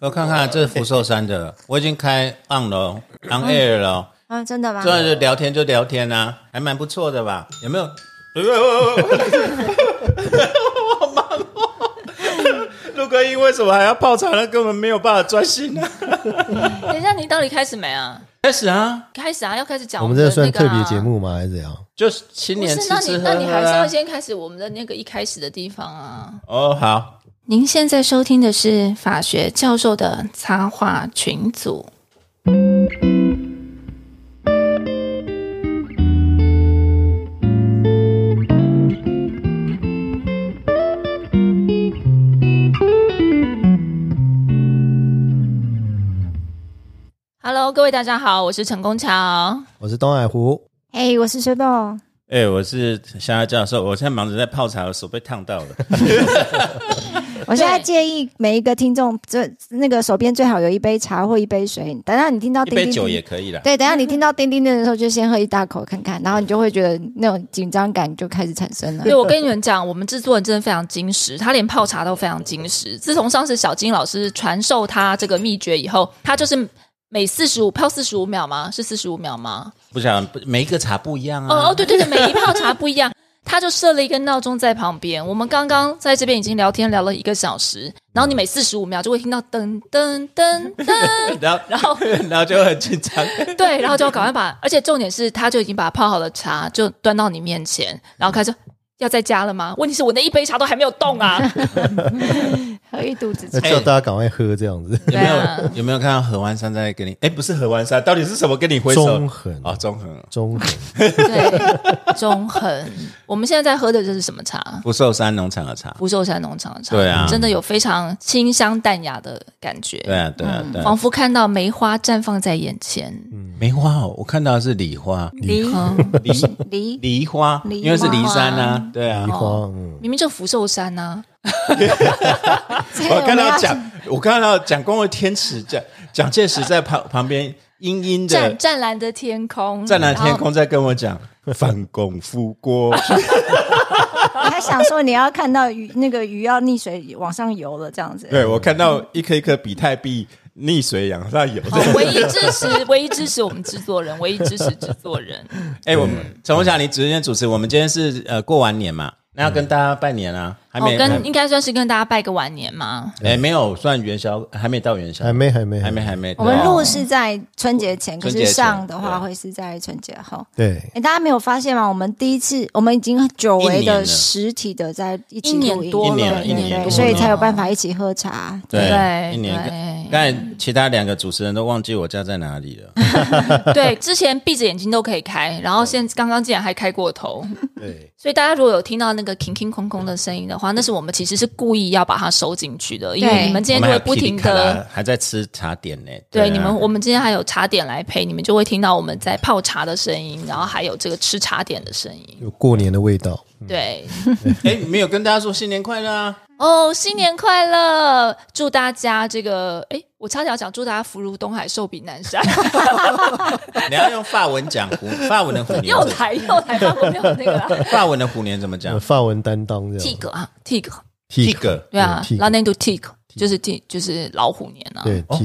我看看，这是福寿山的，我已经开 on 了哦，on air 了哦，啊，真的吗？这就聊天就聊天啊，还蛮不错的吧？有没有？ 好忙哦！陆哥因为什么还要泡茶？他根本没有办法专心啊！等一下，你到底开始没啊？开始啊，开始啊，要开始讲我们们这的个算那个特啊别节。目吗？还是怎样？就是新不年是，吃那你吃喝那你喝还是啊要。先开始我们的那个一开始的地方啊。哦，好，您现在收听的是法学教授的插画群组。Hello，各位大家好，我是陈功桥。我是东海湖，哎、我是水豆，哎、我是夏夏教授，我现在忙着在泡茶，我手被烫到了。啊我现在对建议每一个听众，这那个手边最好有一杯茶或一杯水。等到你听到一叮叮杯酒也叮，可以啦。对，等 到你听到叮叮叮的时候，就先喝一大口看看，然后你就会觉得那种紧张感就开始产生了。 对，我跟你们讲，我们制作人真的非常精实，他连泡茶都非常精实。自从上次小金老师传授他这个秘诀以后，他就是每四十五泡四十五秒吗？是四十五秒吗？不想不每一个茶不一样啊。哦哦，对对对，每一泡茶不一样。他就设了一个闹钟在旁边。我们刚刚在这边已经聊天聊了一个小时，然后你每四十五秒就会听到噔噔噔噔，然后然后 然后就很紧张。对，然后就要赶快把，而且重点是，他就已经把泡好的茶就端到你面前，然后开始要再加了吗？问题是我那一杯茶都还没有动 啊。喝一肚子哎那茶，叫大家赶快喝这样 子。有没有、啊有没有看到何湾山在跟你？哎，不是何湾山，到底是什么跟你挥手？中横哦，中横中横，对，中恒。嗯我们现在在喝的这是什么茶？不寿山农场的茶。福寿山农场的茶，对啊真的有非常清香淡雅的感觉，对啊，对啊，对啊仿佛看到梅花绽放在眼前。梅花哦，我看到的是梨花，梨嗯，梨梨梨花，梨花因为是梨山啊，对啊梨。花，嗯，明明就福寿山啊呐、我看到蒋，我看到蒋公的天使蒋蒋介石在旁旁边阴阴湛的湛蓝的天空，湛蓝天空在跟我讲反共复国，我还想说你要看到鱼，那个鱼要溺水往上游了这样子。对我看到一颗一颗比特币溺水往上游然后。哦唯一支持， 唯一支持我们制作人，唯一支持制作人。哎、我们陈红霞，你直接主持，我们今天是呃过完年嗯嘛，那要跟大家拜年啊，还哦没，还跟应该算是跟大家拜个晚年嘛。哎、没有算元宵，还没到元宵，还没，还没，还没，还没，我们录对啊是在春节前，可春节是前上的对啊话会是在春节后。对，哎，大家没有发现吗？我们第一次，我们已经久违一年了的实体的在一起一年录音多了对一年对多对，所以了哦才有办法一起喝茶。对对一对年。刚才其他两个主持人都忘记我家在哪里了。 对，之前闭着眼睛都可以开，然后现刚刚竟然还开过头。对，所以大家如果有听到那个“空空空空”的声音的话，那是我们其实是故意要把它收进去的，因为对你们今我天们还就会有不噼里停啪的啦，。还在吃茶点呢、对啊你们，我们今天还有茶点来陪你们，就会听到我们在泡茶的声音，然后还有这个吃茶点的声音。有过年的味道。嗯对，哎、没有跟大家说新年快乐啊！哦，新年快乐！祝大家这个，哎，我差点要讲祝大家福如东海，寿比 南山，你要用法文讲 虎，法文的虎年又，来又来，吧，我没有 那个啦。法文的虎年怎么呃讲法文担当这 t i 样 g 啊 t i g ，Tig， ？Tig，对啊对，Tig 拉丁读 t i g 就是 t 就是老虎年啊。对哦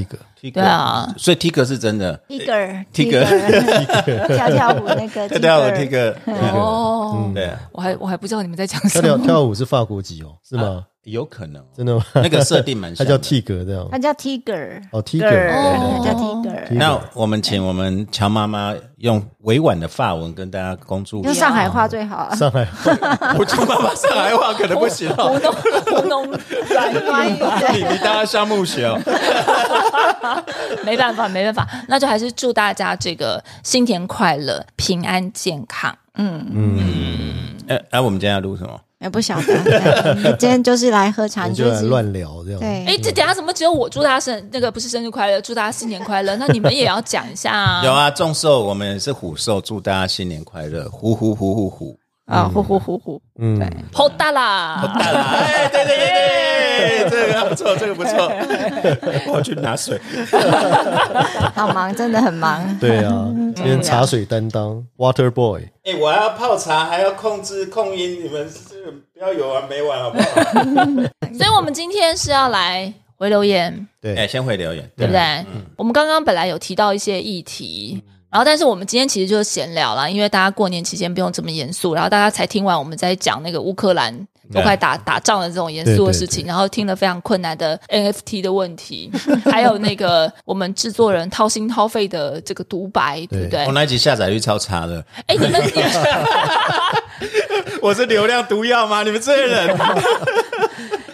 Tig，对啊，所以 Tig 是真的， Tiger Tiger Tiger，跳跳舞那个啊 Tiger， Tig，哦，对啊，我还我还不知道你们在讲跳什跳么。跳舞是法国籍哦，是吗？有可能哦真的吗？那个设定蛮 他像叫的。 Tig 这 样他，叫 Tiger，哦 Tiger， ，Tig，哦对叫 Tiger，那我们请我们乔妈妈用委婉的法文跟大家恭祝。用上海话最好啊。上海我乔妈妈上海话可能不行糊哦，弄 糊弄软软你你当然像木学哦。没办法，没办法，那就还是祝大家这个新年快乐、平安健康。哎，哎，我们今天要录什么？也不晓得，对 今天就是来喝茶，人你就就来是乱聊这样。对哎，嗯这等下怎么只有我祝大家生那个不是生日快乐，祝大家新年快乐？那你们也要讲一下 啊。有啊，众寿，我们也是虎寿，祝大家新年快乐！虎虎虎虎虎！啊，呼呼呼呼，嗯，好大啦！哎，对对对对，这个不错，这个不错。我要去拿水。好忙，真的很 忙。对 啊，今天茶水担当 Water Boy，哎，我要泡茶，还要控制控啊音，你们这个不要有完没完好不好？所以我们今天是要来回留言，哎，对，嗯先回留言，对不对？对？我们刚刚本来有提到一些议题，然后但是我们今天其实就是闲聊啦，因为大家过年期间不用这么严肃，然后大家才听完我们在讲那个乌克兰都快打打仗的这种严肃的事情，然后听了非常困难的 NFT 的问题， 还有那个我们制作人掏心掏肺的这个独白，对不对哦我？那一集下载率超差的，哎，你们你们 我是流量毒药吗？你们这些人，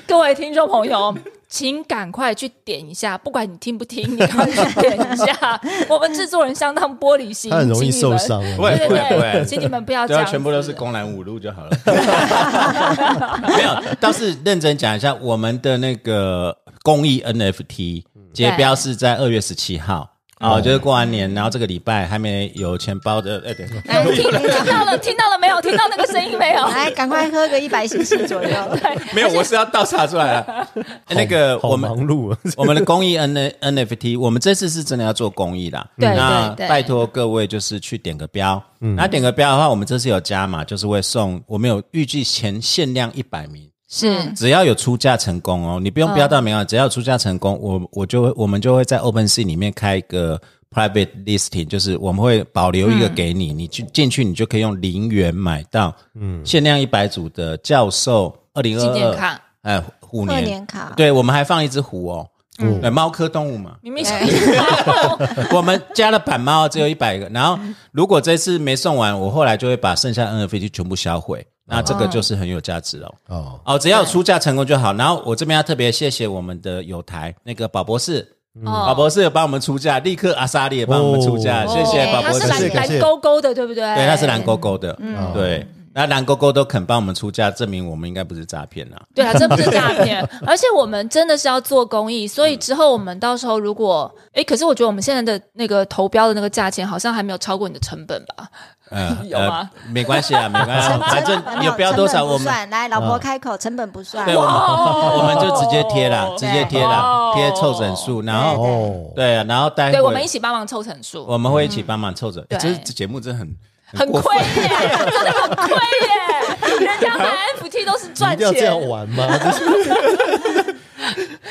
各位听众朋友，请赶快去点一下，不管你听不听，你赶快去点一下。我们制作人相当玻璃心， 他很容请易你受们伤喂啊。对对不会不对，会请你们不要这对啊，样，全部都是。公然侮辱就好了。 没有，倒是认真讲一下，我们的那个公益 NFT 嗯结标是在二月十七号。啊、就是过完年，然后这个礼拜还没有钱包的，哎、 对， 来听听到了，听到了没有？听到那个声音没有？来，赶快喝个一百 cc 左 右。没有，我是要倒查出来 了。那个好我们忙碌 啊，我们的公益 N NFT，我们这次是真的要做公益啦。对那对对拜托各位就是去点个标。嗯那点个标的话，我们这次有加码，就是会送，我们有预计前限量一百名。是只要有出价成功哦，你不用标到名啊，只要有出价成功，我我就会我们就会在 Open Sea 里面开一个 private listing，就是我们会保留一个给你，你去进去你就可以用零元买到，嗯，限量一百组的教授二零纪念二二卡，哎，虎贺年年卡对我们还放一只虎哦，对，猫科动物嘛， 明明是猫，我们加了板猫只有一百个，然后如果这次没送完，我后来就会把剩下 NFT 全部销毁，那这个就是很有价值了。哦，哦，只要有出价成功就好。然后我这边要特别谢谢我们的友台那个宝博士，嗯宝哦，博士有帮我们出价，立刻阿莎莉也帮我们出价，哦谢谢宝它博是士。感谢蓝感谢蓝勾勾的，对不对？对，他是蓝勾勾的，哦对，那蓝勾勾都肯帮我们出价，证明我们应该不是诈骗啦。对啊，这不是诈骗，而且我们真的是要做公益，所以之后我们到时候如果，哎，可是我觉得我们现在的那个投标的那个价钱好像还没有超过你的成本吧？嗯，有吗呃？没关系啊，没 关系啊，反正有标多少成本不我们。啊算来，老婆开口，成本不算。对，我们我们就直接贴啦，直接贴啦，对贴凑整数，然对后哦，对啊，然后待对，会我们一起帮忙凑成数，我们会一起帮忙凑整。对诶这这节目真的很很哦过亏分耶，真的很亏耶！人家 买 FT 都是一赚定要这样钱，玩吗？这是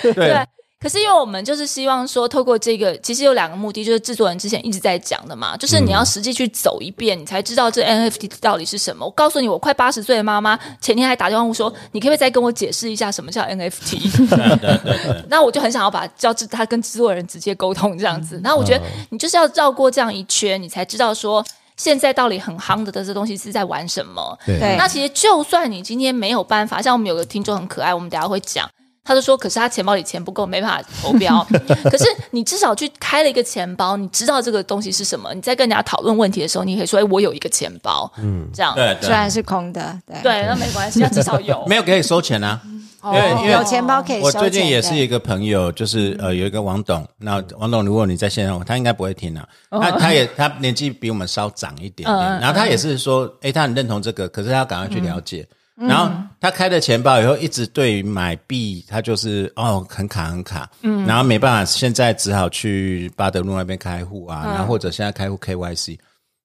对对。可是因为我们就是希望说，透过这个，其实有两个目的，就是制作人之前一直在讲的嘛，就是你要实际去走一遍，你才知道这 NFT 到底是什么。我告诉你，我快八十岁的妈妈前天还打电话问我说，你可不可以再跟我解释一下什么叫 NFT？那 我就很想要把叫制他跟制作人直接沟通这样子。然后我觉得你就是要绕过这样一圈，你才知道说。现在到底很夯的这东西是在玩什么？对那其实就算你今天没有办法，像我们有个听众很可爱，我们等一下会讲。他就说：“可是他钱包里钱不够，没办法投标。 可是你至少去开了一个钱包，你知道这个东西是什么。你在跟人家讨论问题的时候，你可以说：‘哎，我有一个钱包。’嗯，这样对对虽然是啊空的，对对，那没关系，那至少有。没有可以收钱啊。因为因为哦有钱包可以收我钱。最近也是对一个朋友，就是呃有一个王董，那嗯王董如果你在线上，他应该不会听啊。哦他他也他年纪比我们稍长一点嗯点，然后他也是说，诶，他很认同这个，可是他要赶快去了解。嗯然后他开了钱包以后，一直对于买币，他就是哦很卡很卡，嗯，然后没办法，现在只好去巴德路那边开户嗯啊，然后或者现在开户 KYC，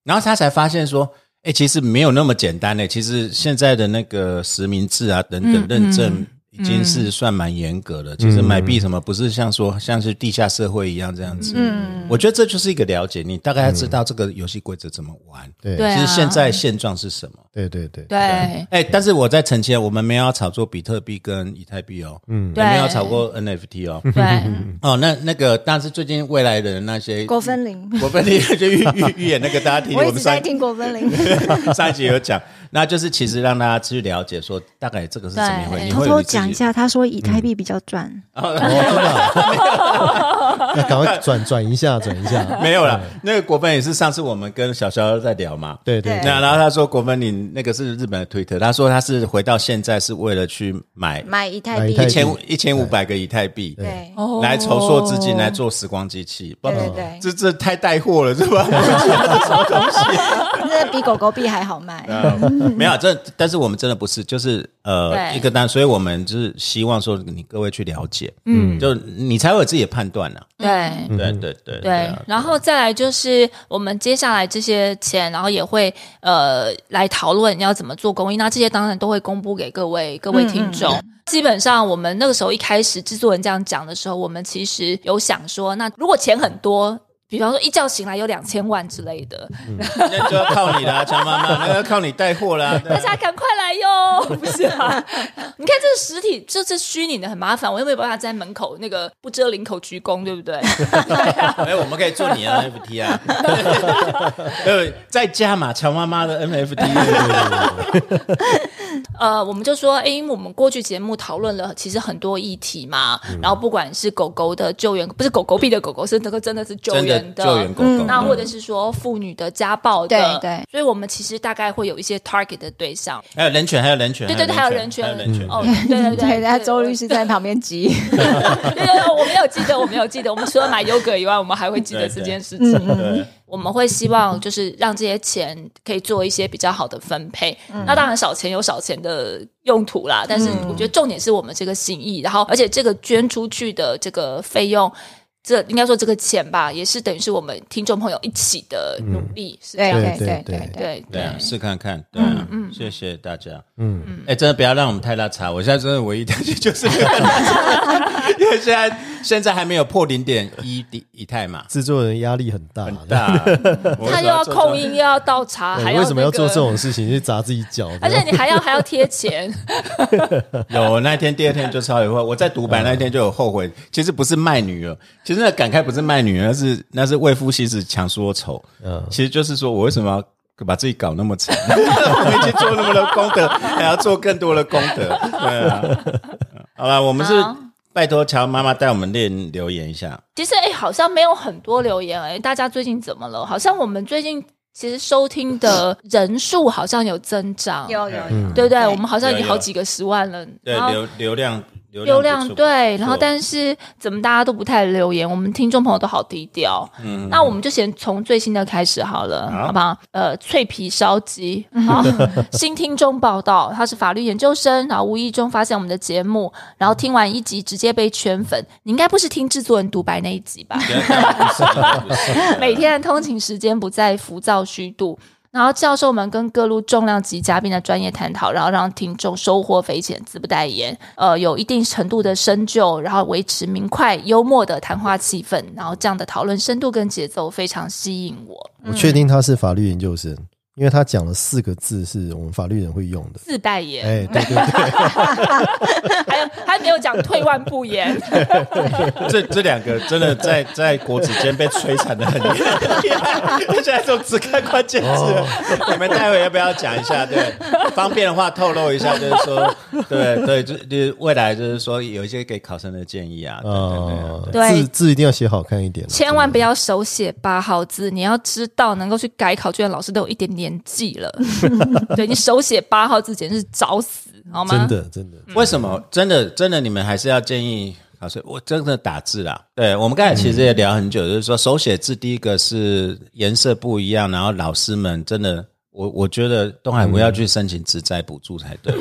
然后他才发现说，哎、其实没有那么简单嘞、其实现在的那个实名制啊等等认证已经是算蛮严格的。其实买币什么不是像说像是地下社会一样这样子。嗯，我觉得这就是一个了解，你大概要知道这个游戏规则怎么玩。对对啊其实现在现状是什么？对对对， 对哎、但是我在澄清，我们没有要炒作比特币跟以太币哦，嗯，也对没有炒过 NFT 哦，对，哦，那那个，但是最近未来的那些郭芬玲，我们那个就预预预演那个，大家听我一们直上在听郭芬玲， 上一集有讲，那就是其实让大家去了解说大概这个是怎么一回对事。你偷会有偷你自己讲一，下，他说以太币比较赚。要赶快转转一下，转一下。没有啦，那个国芬也是上次我们跟小肖在聊嘛。对对，对那然后他说国芬你那个是日本的推特，他说他是回到现在是为了去买买以太买币以，太一币千一千五百个以太币，对哦来筹措资金来做时光机器。对对对，这这太带货了是 吧？这比狗狗币还好卖。没有，这但是我们真的不是，就是呃对一个单，所以我们就是希望说你各位去了解，嗯，就你才会有自己的判断啊呐、对。对对对对，啊然后再来就是我们接下来这些钱，然后也会呃来讨论要怎么做公益。那这些当然都会公布给各位各位听众。基本上我们那个时候一开始制作人这样讲的时候，我们其实有想说，那如果钱很多。比方说，一觉醒来有两千万之类的，那就要靠你 啦，强妈妈，那要靠你带货啦。对大啊家赶快来哟！ 不是啊，你看这实体，这是虚拟的，很麻烦，我又没有办法在门口那个不遮领口鞠躬，对不对？哎，我们可以做 你的 NFT 啊，呃，再加码强妈妈的 NFT，呃，我们就说，哎，因为我们过去节目讨论了，其实很多议题嘛，嗯然后不管是狗狗的救援，不是狗狗币的狗狗，是那个真的是救真的援的嗯救援嗯狗狗，那或者是说妇女的家暴的，对对，所以我们其实大概会有一些 target 的对象，还有人权，还有人权，对对对，还有人权，权，还有人权。哦，对 对对，对，然后周律师在旁边急，对，对对，我没有记得，我没有记得，我们除了买优格以外，我们还会记得这件事情。对，我们会希望就是让这些钱可以做一些比较好的分配。嗯那当然少钱有少钱的用途啦，但是我觉得重点是我们这个心意，然后而且这个捐出去的这个费用。这应该说这个钱吧，也是等于是我们听众朋友一起的努力，是这对样对对对嗯对对对，对对对啊，试看看，对嗯啊，谢谢大家，嗯，哎，真的不要让我们太拉差，我现在真的唯一担心 就是这个因为现在现在还没有破零点一一泰嘛，啊制作人压力很大。大，他他又要控音，又要倒茶，对还你为什么那要个做这？种事情？去砸自己脚？而且你还要还要贴钱，有那天第二天就超有后，我在独白那一天就有后悔，其实不是卖女儿，其实那感慨不是卖女儿，那是那是为赋新词强说愁。嗯，其实就是说我为什么要把自己搞那么惨，我已经做那么多功德，还要做更多的功德。对啊，好了，我们是好拜托乔妈妈带我们练留言一下，其实哎、好像没有很多留言哎、大家最近怎么了？好像我们最近其实收听的人数好像有增长，有有有，对不对？对我们好像已经有有好几个十万了，对然后流流量流流不量错对，不然后错但是怎么大家都不太留言？我们听众朋友都好低调，嗯，那我们就先从最新的开始好了，好好不好？呃，脆皮烧鸡，嗯好，新听众报道，他是法律研究生，然后无意中发现我们的节目，然后听完一集直接被圈粉。你应该不是听制作人独白那一集吧？对啊不是不 是每天的通勤时间不再浮躁虚度。然后教授们跟各路重量级嘉宾的专业探讨，然后让听众收获匪浅，自不待言。呃，有一定程度的深究，然后维持明快幽默的谈话气氛，然后这样的讨论深度跟节奏非常吸引我。我确定他是法律研究生，因为他讲了四个字是我们法律人会用的。自代言，哎，对对对，还有还没有讲退万步言，这这两个真的在在国子间被摧残的很厉害， 现在都只看关键字。你们待会要不要讲一下？对，方便的话透露一下，就是说，对对，就就未来就是说有一些给考生的建议啊，对对对啊呃，对字字一定要写好看一点啊， 千万不要手写八号字，你要知道，能够去改考卷的老师都有一点年纪 了。对你手写八号字简直是找死，好吗？真的真的。为什么？真的真的，你们还是要建议老师，我真的打字啦。对我们刚才其实也聊很久，就是说手写字，第一个是颜色不一样，然后老师们真的。我我觉得东海不要去申请职灾补助才对，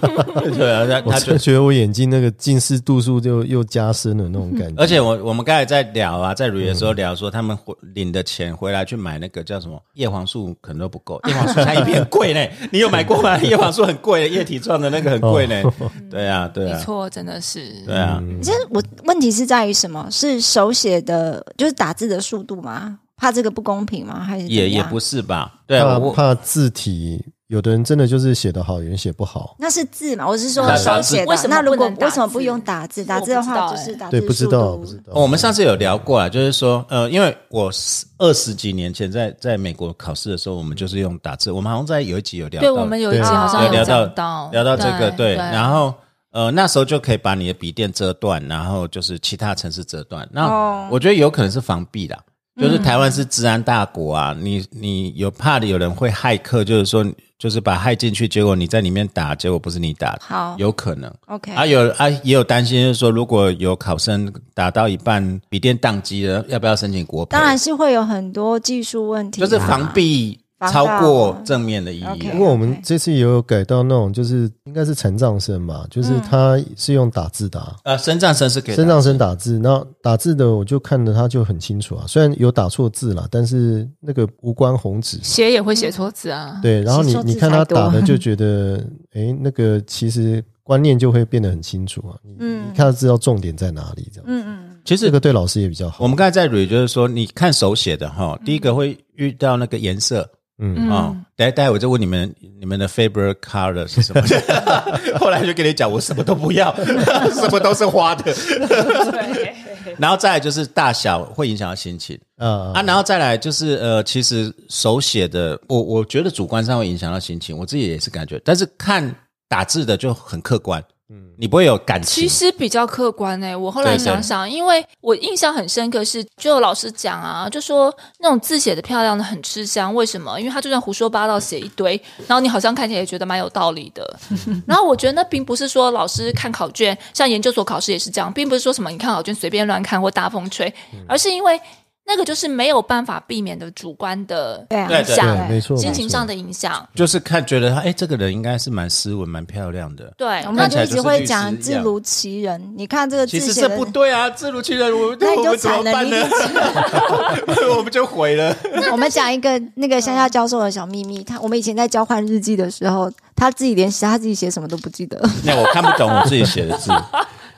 对啊，他我他真就的觉得我眼睛那个近视度数就又加深了那种感觉。而且我我们刚才在聊啊，在旅游的时候聊说，他们回领的钱回来去买那个叫什么叶黄素，可能都不够。叶黄素它一片很贵呢，你有买过吗？叶黄素很贵， 液体状的那个很贵呢。对啊，对没啊，错，真的是。对啊，其实我问题是在于什么？是手写的，就是打字的速度吗？怕这个不公平吗？还是怎也也样不是吧？对啊，怕我怕字体，有的人真的就是写得好，有人写不好。那是字嘛？我是说那手写的为什。么那如果不能打字为什么不用打字？打字的话就是打字对，不知速道，度不知道。哦我们上次有聊过啊，就是说，呃，因为我十二十几年前在在美国考试的时候，我们就是用打字，我们好像在有一集有聊到，对，我们有一集对好像有聊到讲到聊到这个，对，然然后呃，那时候就可以把你的笔电折断，然后就是其他城市折断。那哦我觉得有可能是防弊啦，嗯就是台湾是治安大国啊，你你有怕的有人会骇客，就是说就是把骇进去，结果你在里面打，结果不是你打，好有可能。 OK 啊有啊也有担心，就是说如果有考生打到一半笔电宕机了，要不要申请国赔？当然是会有很多技术问题啊就啦，是防弊防超盗过正面的意义 OK 啊。不过我们这次也有改到那种，就是应该是残障生嘛，就是他是用打字打，呃，深藏生是可以的身上身打字，那打字的我就看着他就很清楚啊，虽然有打错字啦，但是那个无关红纸。写嗯也会写错字啊。对，然后你写错字你看他才多打的就觉得，诶，那个其实观念就会变得很清楚啊。你你看知道重点在哪里，这样。嗯嗯，其这实个对老师也比较好。我们刚才在捋，就是说，你看手写的嗯哈，第一个会遇到那个颜色。嗯，哦，待待会我就问你们，你们的 favorite color 是 什么？ 后来就跟你讲，我什么都不 要，什么都是花的。对， 然后再来就是大小会影响到心情啊啊，然后再来就是呃，其实手写的，我我觉得主观上会影响到心情，我自己也是感觉，但是看打字的就很客观，嗯，你不会有感情其。实比较客观诶、我后来想想，因为我印象很深刻是，就有老师讲啊，就说那种字写的漂亮的很吃香，为什么？因为他就算胡说八道写一堆，然后你好像看起来也觉得蛮有道理 的。然后我觉得那并不是说老师看考卷，像研究所考试也是这样，并不是说什么你看考卷随便乱看或大风吹，嗯而是因为那个就是没有办法避免的主观的对啊，对对对，没错，心情上的的影响。就是看觉得他，哎，这个人应该是蛮斯文、蛮漂亮的。对，我那们看起就来一就是直会律师讲一自样如其人。你看这个其字实写这的不，对啊，自如其人，我们那你我就们怎么惨了，办你呢？ 我们就毁了。我们讲一个那个乡下教授的小秘密，他我们以前在交换日记的时候，他自己连写他自己写什么都不记得。那我看不懂我自己写的字，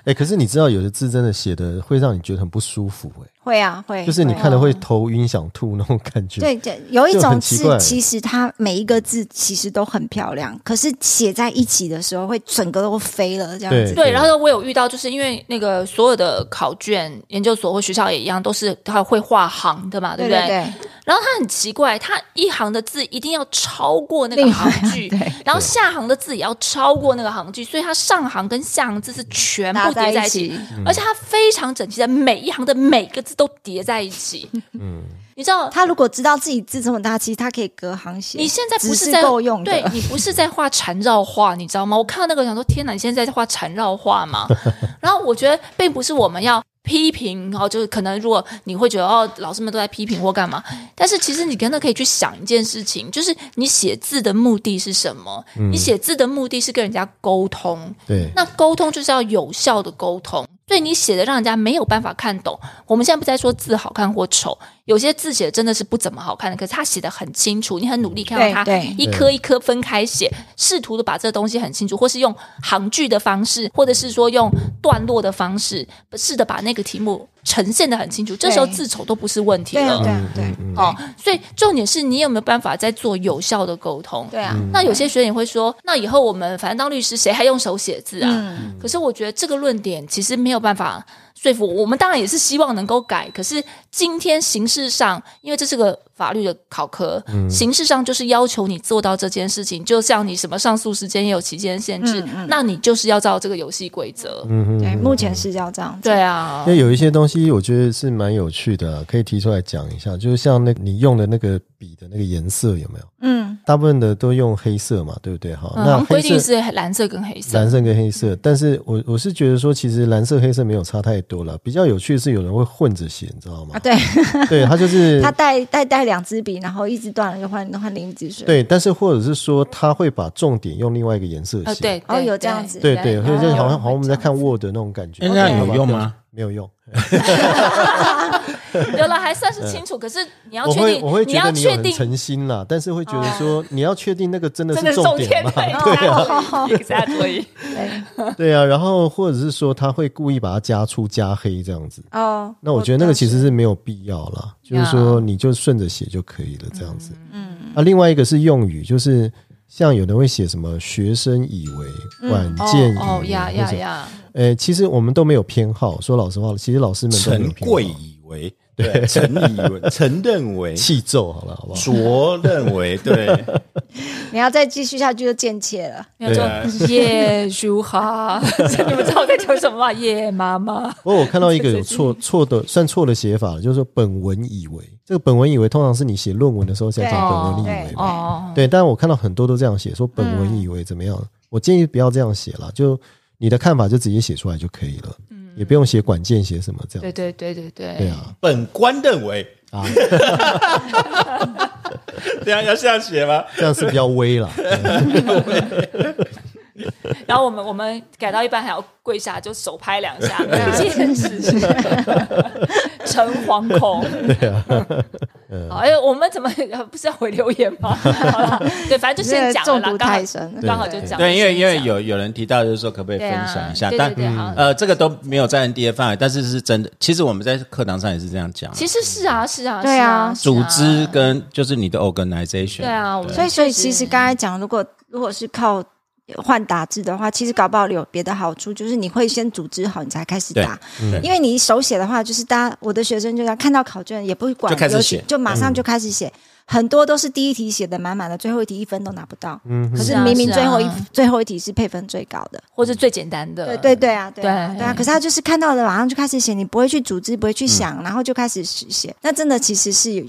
哎，可是你知道，有的字真的写的会让你觉得很不舒服，哎，会啊，会，就是你会看了会头晕想吐那种感觉。对，这有一就很种奇字怪，其实它每一个字其实都很漂亮，可是写在一起的时候会整个都飞了这样子。对，然后我有遇到，就是因为那个所有的考卷、研究所或学校也一样，都是它会画行的嘛，对对对不对，然后它很奇怪，它一行的字一定要超过那个另行外啊距，对然后下行的字也要超过那个行距，所以它上行跟下行字是全部搭叠在在一一起，起，而且它非常整齐的每一行的每个字都叠在一起。你知道，他如果知道自己字这么大，其实他可以隔行写。你现在不只是在够用的对你不是在画缠绕画，你知道吗？我看到那个想说，天哪，你现在在画缠绕画 吗？然后我觉得并不是我们要批评哦，就是可能如果你会觉得哦，老师们都在批评或干嘛，但是其实你真的可以去想一件事情，就是你写字的目的是什么？嗯你写字的目的是跟人家沟通，对，那沟通就是要有效的沟通，所以你写的让人家没有办法看懂。我们现在不再说字好看或丑，有些字写的真的是不怎么好看的，可是他写的很清楚，你很努力看到他对对一颗一颗分开写，试图的把这个东西很清楚，或是用行距的方式，或者是说用段落的方式，试着把那个题目呈现的很清楚。这时候对字丑都不是问题嗯对啊对了。啊对啊哦，所以重点是你有没有办法在做有效的沟通？对嗯啊，那有些学员会说，那以后我们反正当律师，谁还用手写字啊？嗯可是我觉得这个论点其实没有办法说服我。我们当然也是希望能够改，可是今天形式上，因为这是个法律的考科，嗯形式上就是要求你做到这件事情，就像你什么上诉时间也有期间限制，嗯那你就是要照这个游戏规嗯则。对，目前是要这样子。对啊因，为有一些东西，我觉得是蛮有趣的啊、可以提出来讲一下。就是像那你用的那个笔的那个颜色有没有？嗯，大部分的都用黑色嘛，对不对？哈、嗯好那像规定黑色、是蓝色跟黑色蓝。色跟黑色，但是我我是觉得说，其实蓝色、黑色没有差太多了。比较有趣的是，有人会混着写，你知道吗啊，？对，对，他就是他带带带两支笔，然后一支断了又换换另一支水。对，但是或者是说，他会把重点用另外一个颜色写。呃，对，哦对有这样子对对，对所以就好像哦好像我们在看 Word 那种感觉。哎那样有用吗？没有用。有了还算是清楚，可是你要我确会定，我会你觉得要你有确很定诚心啦，但是会觉得说你要确定那个啊真的真的是是重重点点吗？对对啊， ，exactly。对对啊，然后 或者是说他会故意把它加粗加黑这样子，哦，那我觉得那个其实是没有必要啦，就是说你就顺着写就可以了这样子。嗯，那、另外一个是用语，就是像有人会写什么学生以为、晚见以为，哦呀或呀者呀！呃，其实我们都没有偏好。说老实话，其实老师们都 没陈有偏好贵以为，对，陈以为， 陈认为，气咒好了，好不好？卓认为，对，你要再继续下去就间切了。那种耶舒哈，你们知道我在讲什么吗？耶妈妈，不过我看到一个 有错错的算错的写法了，就是说本文以为这个本文以为通常是你写论文的时候才讲本文以为对嘛，哦，对。但我看到很多都这样写，说本文以为怎么样？我建议不要这样写了，就你的看法就直接写出来就可以了，也不用写管键写什么这嗯对样。对对对对，对啊，本官认为啊啊， 这样要这样写吗？这样是比较 微了。然后我们我们改到一半还要跪下，就手拍两下，啊见识诚惶恐。对啊，好，哎，我们怎么 不是要回留言吗？ 好啦，对，反正就先讲了中啦，毒刚好太深了，刚好就讲了对，因为先因为讲有有人提到，就是说可不可以分对啊享一下？对对但对好呃，这个都没有在 NDA 范围，但是是真的。其实我们在课堂上也是这样讲，其实是啊，是啊，对是啊是组织跟就是你的 organization，对啊我们所以，所以确其实实刚才讲，如果如果是靠换打字的话，其实搞不好有别的好处，就是你会先组织好，你才开始打。对因为你手写的话，就是大家我的学生就要看到考卷也不会管，就开始尤其写就马上就开始写。很多都是第一题写的满满的，最后一题一分都拿不到。嗯哼可是是啊明明是啊最后一、最后一题是配分最高的。或是最简单的，对对对啊，对啊对对啊！可是他就是看到了，马上就开始写，你不会去组织，不会去想，然后就开始写。那真的其实是有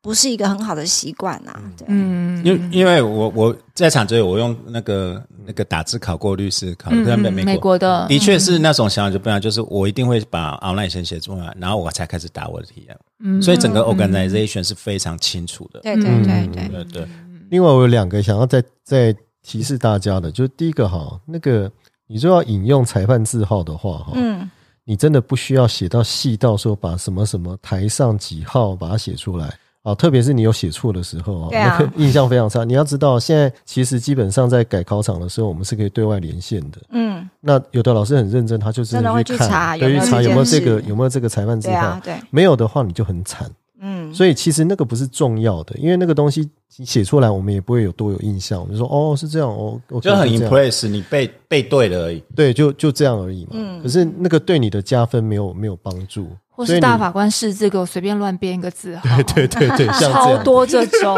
不是一个很好的习惯啊？对，嗯，因因为我我在场只有我用那个那个打字考过律师考，在美嗯美美国。国的的确是那种想法就不一样，就是我一定会把 online 先写出来，然后我才开始打我的题案。嗯所以整个 organization 是非常清楚的。对对对嗯对。对对，另外，我有两个想要再再提示大家的，就是第一个哈，那个你说要引用裁判字号的话哈，嗯，你真的不需要写到细到说把什么什么台上几号把它写出来啊，特别是你有写错的时候对啊那个印象非常差。你要知道，现在其实基本上在改考场的时候，我们是可以对外连线的。嗯，那有的老师很认真，他就真真的的会去去看，查有对，没有去查这有没有件这个事有没有这个裁判字对号，啊，对，没有的话你就很惨。嗯， 所以其实那个不是重要的，因为那个东西写出来，我们也不会有多有印象。我们就说哦是这样，哦，OK，就很是这样 impress 你背背对了而已。对，就就这样而已嘛。嗯可是那个对你的加分没有没有帮助，或是所以你大法官释字给我随便乱编一个字号，对 对对，像这超样。，多这种，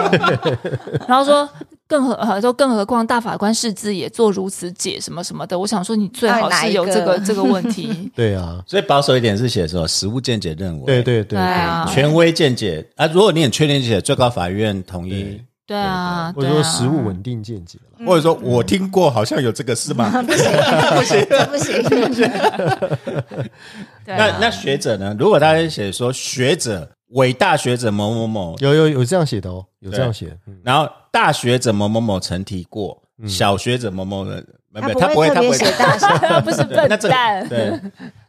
然后说。更何呃说，更何况大法官释字也做如此解什么什么的，我想说你最好是有这到个哎底哪一个这个问题对啊，所以保守一点是写什么实务见解认为，对对 对对啊，权威见解啊。如果你很确定写最高法院同意，对啊，或者对说啊实物稳定见解了。嗯或者说我听过好像有这个事吗？嗯这不行，对啊那那学者呢？如果他是写说学者伟大学者某某某，有有有这样写的哦，有这样写，嗯然后大学者某某某曾提过，小学者某某的，没有没有 他他不不会会特他别不会写大 小，不是对笨那这蛋个， 对，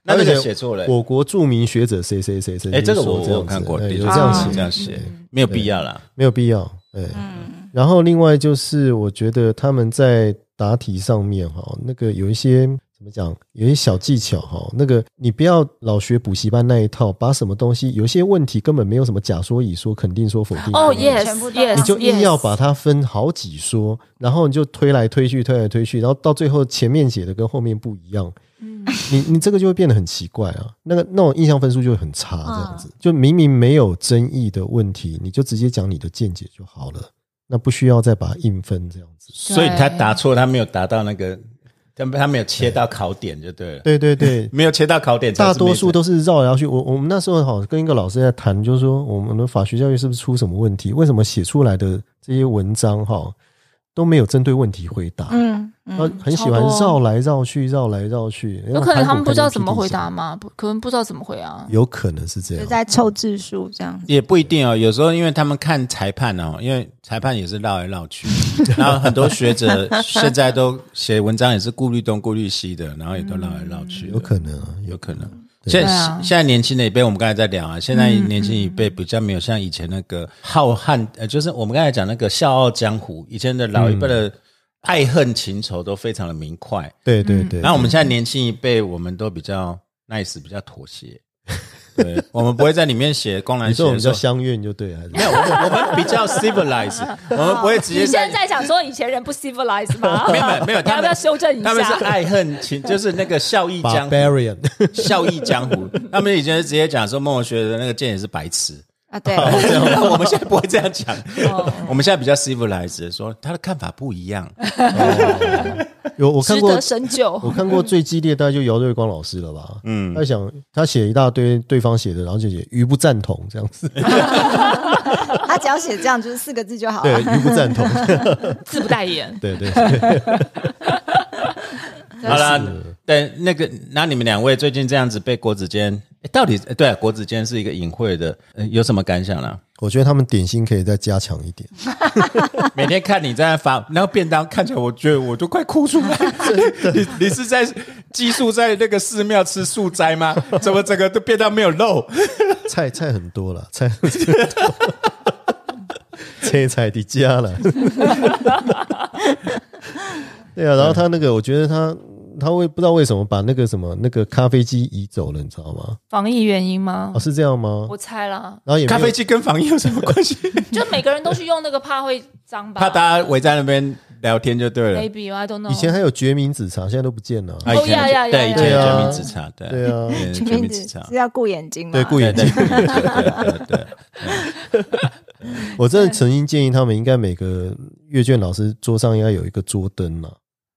那这而个且写错了。我国著名学者谁谁谁谁，哎，这个谁我我说这样有子看过，哎的确有是这写啊样写，嗯这样写，没有必要啦。没有必要。对，嗯然后另外就是，我觉得他们在答题上面哈，那个有一些怎么讲，有一些小技巧哈。那个你不要老学补习班那一套，把什么东西，有些问题根本没有什么假说、乙说、肯定说、否定哦说，yes 全部都 yes，你就硬 yes 要把它分好几说，然后你就推来推去，推来推去，然后到最后前面写的跟后面不一样，嗯你你这个就会变得很奇怪啊，那个那种印象分数就会很差，这样子，就明明没有争议的问题，你就直接讲你的见解就好了，那不需要再把它硬分这样子。所以他答错，他没有达到那个，他他没有切到考点就对了，对 对对，没有切到考点才是大没，多数都是绕来绕去。我我们那时候好像跟一个老师在谈，就是说我们的法学教育是不是出什么问题？为什么写出来的这些文章哈都没有针对问题回答？嗯 他嗯，很喜欢超多绕来绕去，绕来绕去。有可能他们不知道怎么回那答种嘛，不可能不知道怎么回啊韩国跟 PTT 上，有可能是这就样。在凑字数这样子。也不一定哦，有时候因为他们看裁判哦，因为裁判也是绕来绕 去，然后很多学者现在都写文章也是顾虑东顾虑西的，然后也都绕来绕去的，有可能啊，嗯有有可能。现在、对啊现在年轻的一辈，我们刚才在聊啊，现在嗯年轻一辈比较没有像以前那个浩瀚，呃，就是我们刚才讲那个笑傲江湖，以前的老一辈嗯的爱恨情仇都非常的明快。对对对。然后我们现在年轻一辈，我们都比较 nice，比较妥协。对， 我们不会在里面写公然你写说我们叫说相怨就对，还是没有，我们我们比较 civilized，我们不会直接你在现。在想说以前人不 civilize 吗？没有没有没有，你要他不要们修正一他们是下？爱恨情， 就是那个笑意江湖， barbarian？笑意江湖。他们以前直接讲说孟文学的那个剑也是白 痴，啊，对，哦 我们现在不会这样讲，哦我们现在比较 civilized，说他的看法不一样。 有我看值过得，深 究。 我看过最激烈，大概就姚瑞光老师了吧？嗯，他想他写一大堆对方写的，然后就写鱼不赞同这样子，他只要写这样就是四个字就好 对，了。鱼不赞同，自不代言。 对对对好啦，对那个，那你们两位最近这样子被郭子坚，诶到底对、啊、国子监是一个隐晦的，呃有什么感想 呢、我觉得他们点心可以再加强一点。每天看你在那发，然后便当看起来，我觉得我都快哭出来。你你是在寄宿在那个寺庙吃素斋 吗？怎么整个都便当没有肉？菜菜很多了，菜很多， 菜菜的家了。对啊，然后他那个，我觉得他他会不知道为什么把那个什么那个咖啡机移走了，你知道吗？ 防疫原因吗哦，？是这样吗？我猜啦，然后也没咖有啡机跟防疫有什么关 系？就每个人都去用那个，怕会脏吧？怕大家围在那边聊天就对了。 maybe I 哦 don't know。以前还有决明子茶，现在都不见了。啊哦以前呀呀呀对，以前呀有呀全民之茶，对对啊以前有全全名民之茶字，是要顾眼睛嘛？对，顾对眼对睛，对对对对，我真的曾经建议他们应该每个阅卷老师桌上应该有一个桌灯嘛，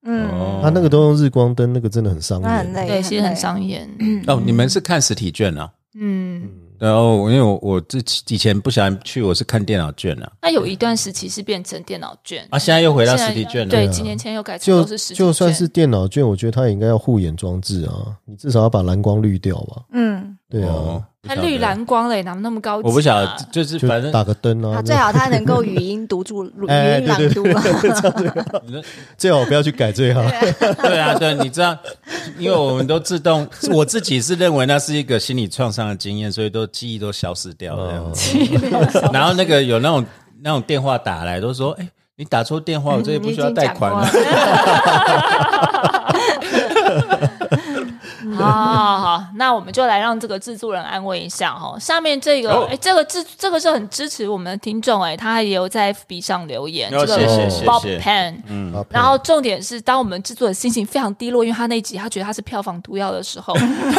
哦嗯，他那个都用日光灯，那个真的很伤那很眼。累，对，其实很嗯累。伤眼。 哦，你们是看实体卷啊？嗯，然哦后因为我我之以前不想去，我是看电脑卷啊，那有一段时期是变成电脑卷，啊，现在又回到实现在体卷了。对，几年前又改成就都是实体就算卷是电脑卷，我觉得他也应该要护眼装置啊，你至少要把蓝光滤掉吧。嗯，对啊哦，，它不晓得绿，蓝光了，也哪那么高级啊？我不晓 得，就是就反正打个灯啊他，最好他能够语音读住，语哎音朗读。最好不要去改最好。对啊，对，你知道，因为我们都自动， 我自己是认为那是一个心理创伤的经验，所以都记忆都消失掉了这样子。然后那个有那种那种电话打来，都说：“哎、你打错电嗯话，我这也不需要贷款了。好好哦好，好那我们就来让这个制作人安慰一下哈。下面这个，哎、哦这个制这个是很支持我们的听众哎、他也有在 FB 上留言，哦这个谢谢谢 Bob 谢 Pan。好嗯然后重点是，当我们制作的心情非常低落，因为他那一集他觉得他是票房毒药的时 候，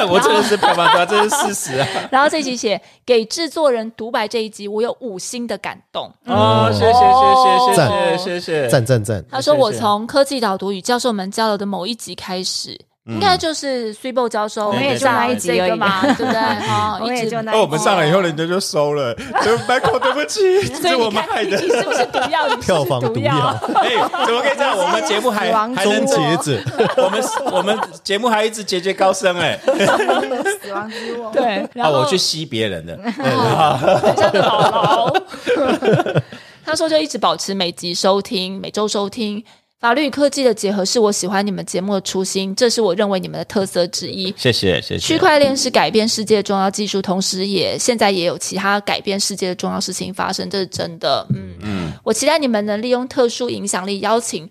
我真的是啪啪啪，这是事 实啊！然后这集写给制作人独白这一集，我有五星的感动。哦，谢谢谢谢谢谢谢谢谢，赞赞赞，他说：“谢谢我从科技导读与教授们交流的某一集开始，嗯应该就是 s u b o 教授，我们也就上那一集而已这个嘛，对 不对？哈， 我一也直就那哦，我们上来以后，人家就收 了，对，Michael，对不起，所以是你我们看，害你的。你是不是毒药？你是不是票房毒药毒，哎，怎么可以这样？我们节目还死亡还终能结者。我们我们节目还一直节节高升哎、死亡之握。对，然啊，后哦我去吸别人的，很像个姥姥。 他说就一直保持每集收听，每周收听。法律与科技的结合是我喜欢你们节目的初心，这是我认为你们的特色之一。谢谢谢谢。区块链是改变世界的重要技术，同时也现在也有其他改变世界的重要事情发生，这是真的。嗯嗯，我期待你们能利用特殊影响力邀请。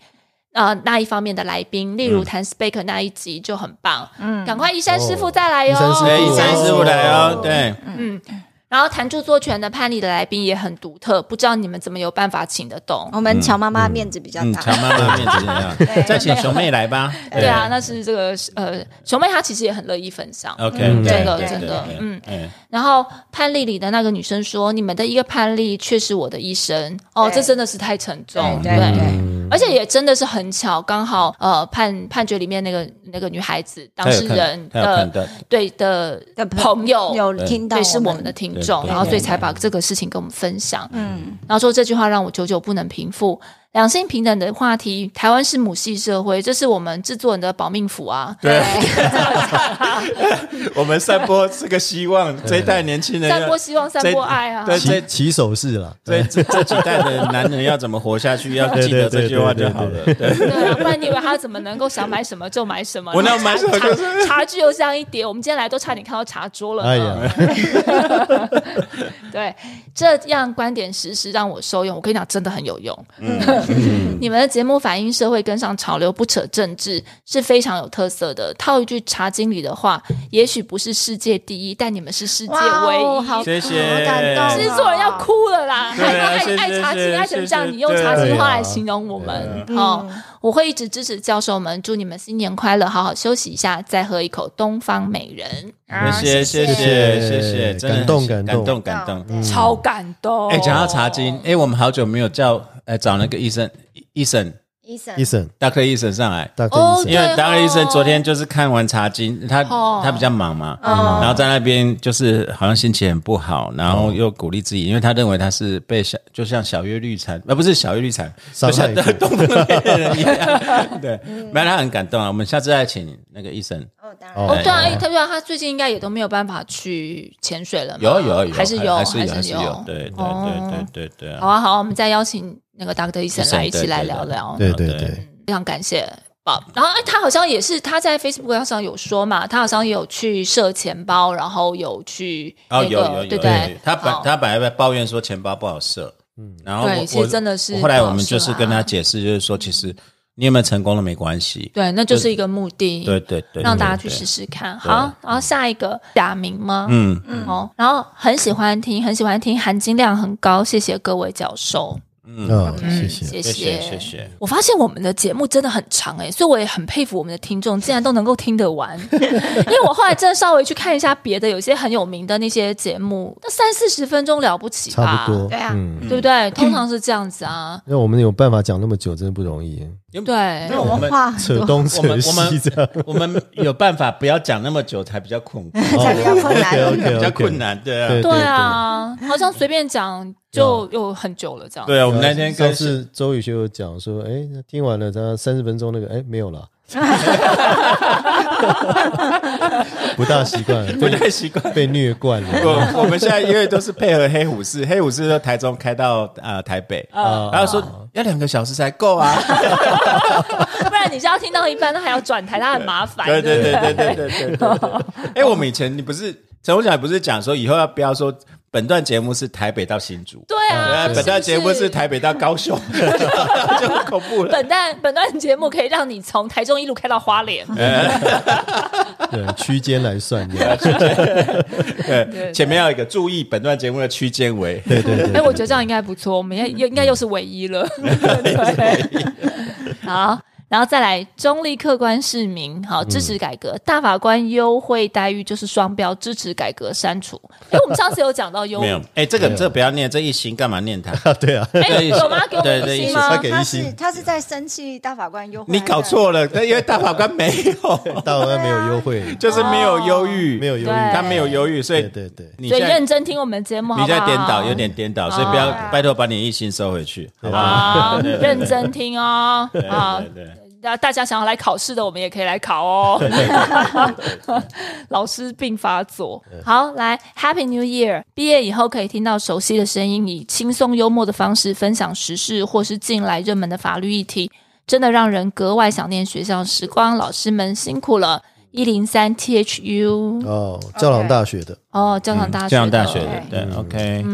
呃，那一方面的来宾，例嗯如谈 Speaker 那一集就很棒，嗯，赶快一山师傅再来哟、哦一山师哎，傅一三师傅来哦，对，然后谈著作权的叛逆的来宾也很独特，不知道你们怎么有办法请得动？ 我们乔妈妈面子比较嗯，大，乔妈妈面子怎样？再请熊妹来吧。对啊，那是这个呃，熊妹她其实也很乐意分享。 ，OK，嗯对真的对真的对嗯哎然后潘丽里的那个女生说：“你们的一个判例却是我的一生。”哦，对这真的是太沉重，对嗯对对而且也真的是很巧，刚好呃判判决里面那个那个女孩子当他有事看人他有看的到，对的的朋友有听到嗯对，是我们们的听对众，对然后对所以对才把这个事情跟我们分享。嗯，然后说这句话让我久久不能平复。两性平等的话题，台湾是母系社会，这是我们制作人的保命符啊。 对， 我们散播这个希望，这一代年轻人散要播希望，散这播爱啊！对起起手式啦，这这这几代的男人要怎么活下去，要记得这句话就好了。对，对啊，不然你以为他怎么能够想买什么就买什么？ 我那买什么就是茶茶具又像一叠，我们今天来都差点看到茶桌了。哎哦呀，对，这样观点时时让我受用。我跟你讲，真的很有用。 嗯你们的节目反映社会，跟上潮流，不扯政治，是非常有特色的。套一句茶经理的话，也许不是世界第一，但你们是世界哇哦，唯好一。谢谢好感动哦，制作人要哭了啦！啊对啊爱谢谢爱茶谢谢经爱成这样，谢谢嗯你用茶经对话啊来形容我们哦。我会一直支持教授们，祝你们新年快乐，好好休息一下，再喝一口东方美人，啊嗯谢谢谢谢谢谢，真的很感动感感动动感动。嗯超感动。呃哎，讲到茶经，哎，我们好久没有叫哎找那个医生医生医生，医生，大科医生上来，大概医因生对为哦达克医生昨天就是看完茶经，他、哦他比较忙嘛，然后在那边就是好像心情很不好，然后又鼓励自己，因为他认为他是被小就像小月绿蝉，呃，不是小月绿蝉，伤就像害过东方的恋人一样， 对，嗯没有他很感动啊。我们下次再请那个医生，哦，当然，哦哦，对啊，哎，他对啊，他最近应该也都没有办法去潜水了嘛，有啊有啊有啊，还是有，哦还是有，还是是有，对对对对对对好啊！啊，好啊，我们再邀请那个 Doctor 医生来一起来聊聊。对对啊对对，非常感谢 Bob。然后，哎，他好像也是他在 Facebook 上有说嘛，他好像也有去设钱包，然后有去哦，那有有个，有对有不对，他本好他本来在抱怨说钱包不好设，嗯，然后对我其实真的是我后来不好我们就设是啊跟他解释，就是说其实你有没有成功了没关系，对，那就是一个目的，对对对，让大家对去对试试看。好，然后下一个假名吗？嗯，嗯哦，然后很喜欢听，很喜欢听，含金量很高，谢谢各位教授，嗯，谢谢。谢谢谢谢 谢。我发现我们的节目真的很长哎、所以我也很佩服我们的听众，竟然都能够听得完。 因为我后来真的稍微去看一下别的，有些很有名的那些节目，那三四十分钟了不起差吧？不多，对啊嗯，对不对？通常是这样子啊。那我们有办法讲那么久，真的不容易，对因为我们话很扯多，东我扯们我西们这样， 我们有办法不要讲那么久才比较困 难，才比较困难 OK，OK，OK 比较困难，对啊对，对啊，好像随便讲就又很久了这样。对啊。我们那天上跟次周宇学友讲说，哎，那听完了他三十分钟那个，哎，没有了， 不大习惯， 不被太习惯。被虐惯了。我我们现在因为都是配合黑虎式，黑虎式从台中开到呃台北，啊然后说要两个小时才够啊，不然你是要听到一半，那还要转台，它很麻烦。 对对对不对对对对对对 对。哎，我们以前你不是陈宏讲不是讲说以后要不要说本段节目是台北到新竹，对啊，呃，是本段节目不是台北到高 雄，就很恐怖了。本段本段节目可以让你从台中一路开到花莲。对，区间来算的，对， 前面要有一个注意本段节目的区间为。对对对哎、，我觉得这样应该不错，我们嗯也应该又是唯一 了。对，好，然后再来中立客观市民，好支嗯持改革，大法官优惠待遇就是双标，支持改革删除。哎、我们上次有讲到优，没有哎、，哎，这个这个不要念，这一星干嘛念它？对啊，有吗？给我对们对一一星星吗？给他一是星，他是在生气大法官优惠，你搞，错了，因为大法官没 有，大湾没有优惠，就是没有忧郁，没有优对惠，他没有忧郁，所以啊对啊对对，你所以现在认真听我们节目好不你好，在颠倒，有点颠倒，所以不要拜托把你一星收回去，好不好？好，认真听哦，好啊对。对。那大家想要来考试的，我们也可以来考哦。 老师并发作。嗯好，来 Happy New Year！毕业以后可以听到熟悉的声音，以轻松幽默的方式分享时事或是近来热门的法律议题，真的让人格外想念学校时光。老师们辛苦了！一零三 THU 哦，教朗大学的，哦，教堂大学，这嗯样大学的哎，对，OK，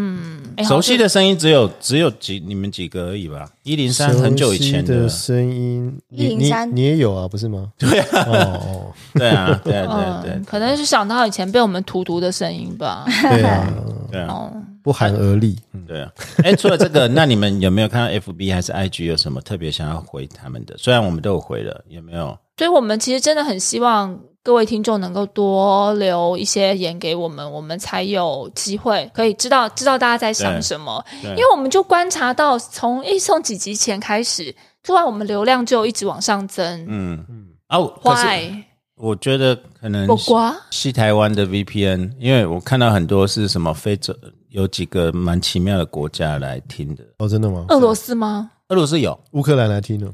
好熟悉的声音只有只有几你们几个而已吧？一零三很久以前熟悉的 的，声音，你你103你也有啊，不是吗？对啊，哦对啊，对啊对啊对啊嗯，可能是想到以前被我们荼毒的声音吧。哦， 对啊，对啊，不寒而栗。嗯对啊。哎，除了这个，那你们有没有看到 FB 还是 IG 有什么特别想要回他们的？虽然我们都有回了，有没有？所以我们其实真的很希望各位听众能够多留一些言给我们，我们才有机会可以知道知道大家在想什么。对因为我们就观察到，从一从几集前开始，突然我们流量就一直往上增。嗯嗯啊，我可是 Why？我觉得可能我瓜西台湾的 VPN，因为我看到很多是什么非洲有几个蛮奇妙的国家来听的，哦，真的吗？俄罗斯吗？俄罗斯有，乌克兰来听了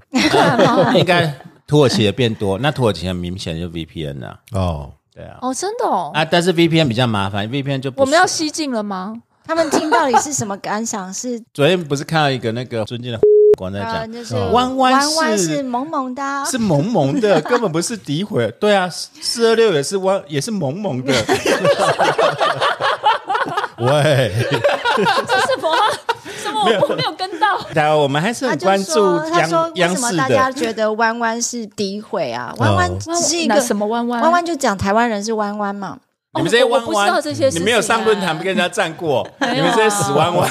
应该土耳其也变多，那土耳其很明显就 VPN 啦、哦，对啊，哦，真的哦。啊，但是 VPN 比较麻烦，VPN 就不我们要是西进了吗？他们听到底是什么感想？是昨天不是看到一个那个尊敬的 官在呃，讲，就是哦弯弯弯是弯是萌萌的啊，是萌萌 的，根本不是诋毁，对啊，四二六也是弯，也是萌萌 的，喂， 这是什么？啊 什么？我我没有跟到。当然我们还是他很就关注说他说央为央什么视大家的，哦觉得弯弯是诋毁啊？弯弯只是一个什么弯弯？弯弯就讲台湾人是弯弯嘛，哦？你们这些我弯我不知道弯这些事，你情啊没有上论坛不跟人家站 过，有啊你们这些死弯 弯，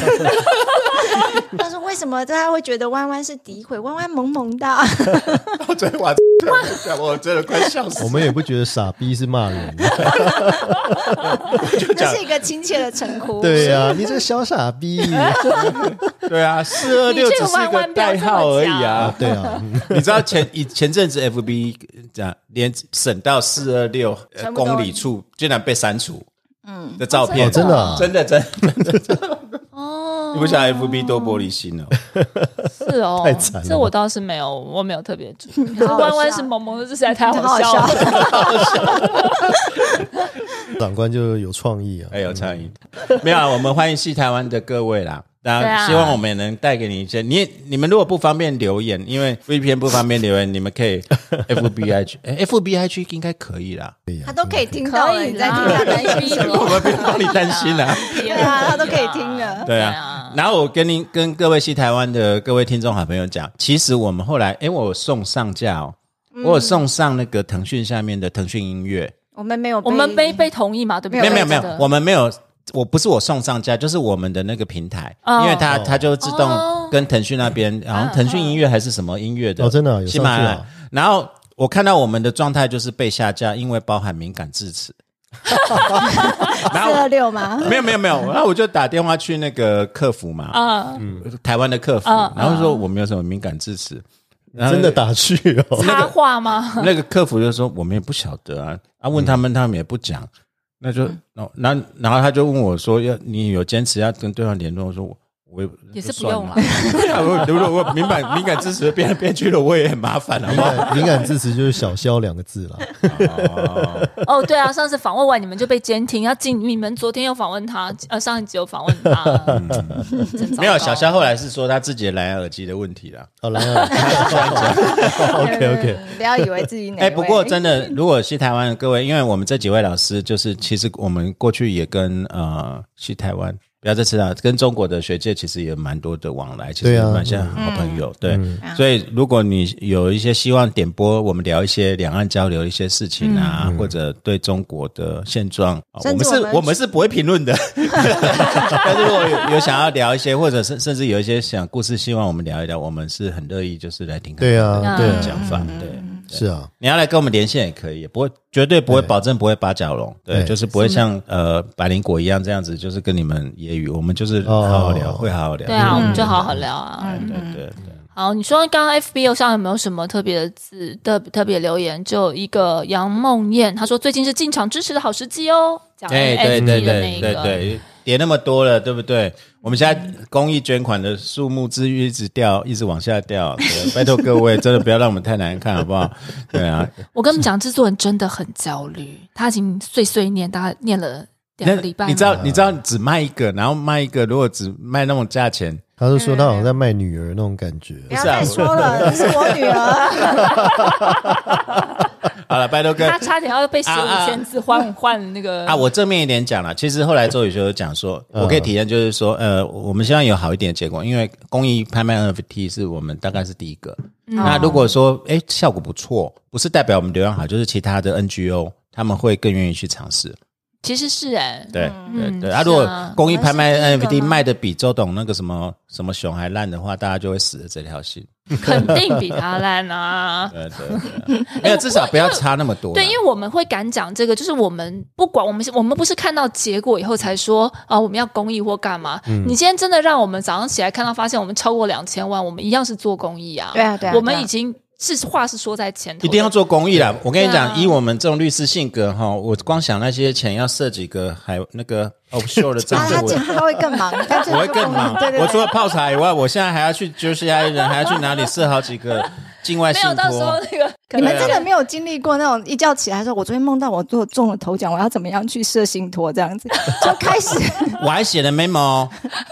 他说为什么大家会觉得弯弯是诋毁？弯弯萌萌的啊，我昨天晚上我真的快笑死我了，们也不觉得傻逼是骂人， 这是一个亲切的称呼。对呀，你这个小傻逼，对啊，四二你六这只个是一万个万不要代这么号而讲已啊。对啊，嗯你知道前以前阵子 FB 这样连省到四二六呃全部都公里处，竟然被删除。嗯，的照片、哦真的啊真的真的， 哦你不想 FB 多玻璃心哦？ 是哦，太惨了这我倒是没有，我没有特别注意。可是弯弯是萌萌的，这实在太好笑 好好了。长官就有创意啊。哎有苍蝇，没有啊，我们欢迎西台湾的各位啦。当对然，啊希望我们也能带给你一些。你也你们如果不方便留言，因为 VPN 不方便留言，你们可以 FBIG，哎，FBIG 应该可以啦。他都可以听到了，可以啊你在啦听他担心什么？我们不用帮你担心啦。 对对啊，他都可以听。了。对对啊啊，然后我跟您跟各位西台湾的各位听众好朋友讲，其实我们后来，哎，我有送上架哦，我有送上那个腾讯下面的腾讯音乐，我们没有，我们没被同意嘛？对不对？没有没有没真有的，我们没有，我不是我送上架，就是我们的那个平台，哦因为它它就自哦动跟腾讯那边，好像腾讯音乐还是什么音乐的，哦真的啊有上喜马拉去雅啊，然后。我看到我们的状态就是被下架，因为包含敏感字 词。然后四二六吗？没有没有没有，然后我就打电话去那个客服嘛，啊，台湾的客服，嗯然后说我没有什么敏感字词，然后真的打趣 哦，插话吗？那个客服就说我们也不晓得啊，啊问他们他们也不讲，那就嗯那那然后他就问我说要你有坚持要跟对方联络，我说我。我也是不算用了 了对啊我如果我敏感敏感支持变来变去了，我也很麻烦，好敏不好？感敏感字词就是“小肖”两个字啦。哦，对啊，上次访问完你们就被监听，要进你们昨天又访问他，呃，上一集有访问他， 真糟糕嗯没有，小肖后来是说他自己的蓝牙耳机的问题啦。好来啊，OK OK，不要以为自己哪哎、位不过真的，如果是台湾的各位，因为我们这几位老师，就是其实我们过去也跟呃西台湾，不要再吃了，跟中国的学界其实也蛮多的往来，其实对啊嗯蛮像好朋友。对，嗯所以如果你有一些希望点播，我们聊一些两岸交流一些事情啊，嗯或者对中国的现状，啊我甚们至是我们我们是不会评论 的。但是如果有有想要聊一些，或者甚甚至有一些想故事，希望我们聊一聊，我们是很乐意就是来听看对啊，对看啊，讲嗯法，对。是啊，你要来跟我们连线也可以，不会绝对不会保证不会八角笼，对，对就是不会像呃百灵果一样这样子，就是跟你们揶揄，我们就是好好聊，哦会好好聊。对啊，我们就好好聊啊。嗯对，对对对。好，你说刚刚 FBO 上有没有什么特别的字特特别留言？就有一个杨梦燕，她说最近是进场支持的好时机哦，讲哎，对 NFT 对的那对一对个，对，跌那么多了，对不对？我们现在公益捐款的数目之一直掉，一直往下掉。 对拜托各位，真的不要让我们太难看，好不好？对啊，我跟你们讲，制作人真的很焦虑，他已经碎碎念，大概念了两个礼拜了，你知道，你知道，只卖一个，然后卖一个，如果只卖那种价钱，他就说他好像在卖女儿那种感觉。不要再啊说了，是我女 儿。好了，拜托各位 他，差点要被十五千 字换换那个啊，我正面一点讲了，其实后来周宇修有讲说，我可以体验就是说，呃，我们希望有好一点的结果，因为公益拍卖 NFT 是我们大概是第一个。那如果说哎效果不错，不是代表我们流量好，就是其他的 NGO 他们会更愿意去尝试。其实是哎、对对嗯对，是啊，啊如果公益拍卖还是第一个 NFT 吗卖的比周董那个什么什么熊还烂的话，大家就会死了这条心。肯定比他烂 啊。对对对，没有至少不要差那么多啦。对，因为我们会敢讲这个，就是我们不管我们是我们不是看到结果以后才说啊、我们要公益或干嘛。嗯你今天真的让我们早上起来看到发现我们超过两千万，我们一样是做公益啊。对啊对啊我们对啊已经是话是说在前头的，一定要做公益啦！我跟你对啊讲，以我们这种律师性格哈，我光想那些钱要设几个海那个 offshore 的账他他户，我他会更忙，他就我会更忙啊 对。对我对除了泡茶以外，我现在还要去就是 i 人，还要去哪里设好几个境外没信有到时候托。那个你们可能啊真的没有经历过那种一觉起来说，我昨天梦到我做中了头奖，我要怎么样去设信托这样子，就 开始 我还写了 memo，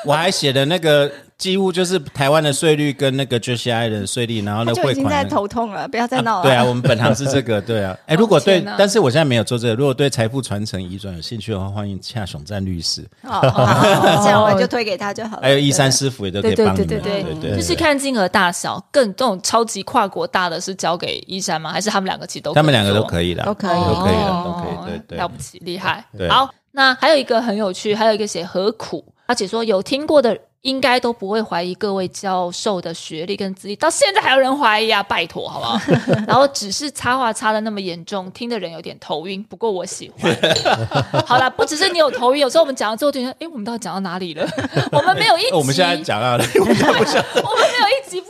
我还写了那个几乎就是台湾的税率跟那个 Jersey i 的税率，然后他呢就汇已经在款。头痛了，不要再闹了。对啊，我们本行是这个，对啊。哎，如果对天哪，但是我现在没有做这个。如果对财富传承移转有兴趣的话，欢迎洽熊赞律师。哦，好好好这样我就推给他就好了。还有一三师傅也都可以对帮你对们，啊对对对对，就是看金额大小，更这种超级跨国大的是交给一山吗？还是他们两个其实都他们两个做都可以的，都可以都可以的，都哦可以，对对了。不起，厉害对。好，那还有一个很有趣，还有一个写何苦，而且说有听过的。应该都不会怀疑各位教授的学历跟资历，到现在还有人怀疑啊，拜托好不好？ 然后只是插话插的那么严重，听的人有点头晕。不过我喜欢。 好啦，不只是你有头晕，有时候我们讲到最后就觉得，哎、我们到底讲到哪 里了？我们没有一集，哦我们现在讲到哪里？ 我们没有一集不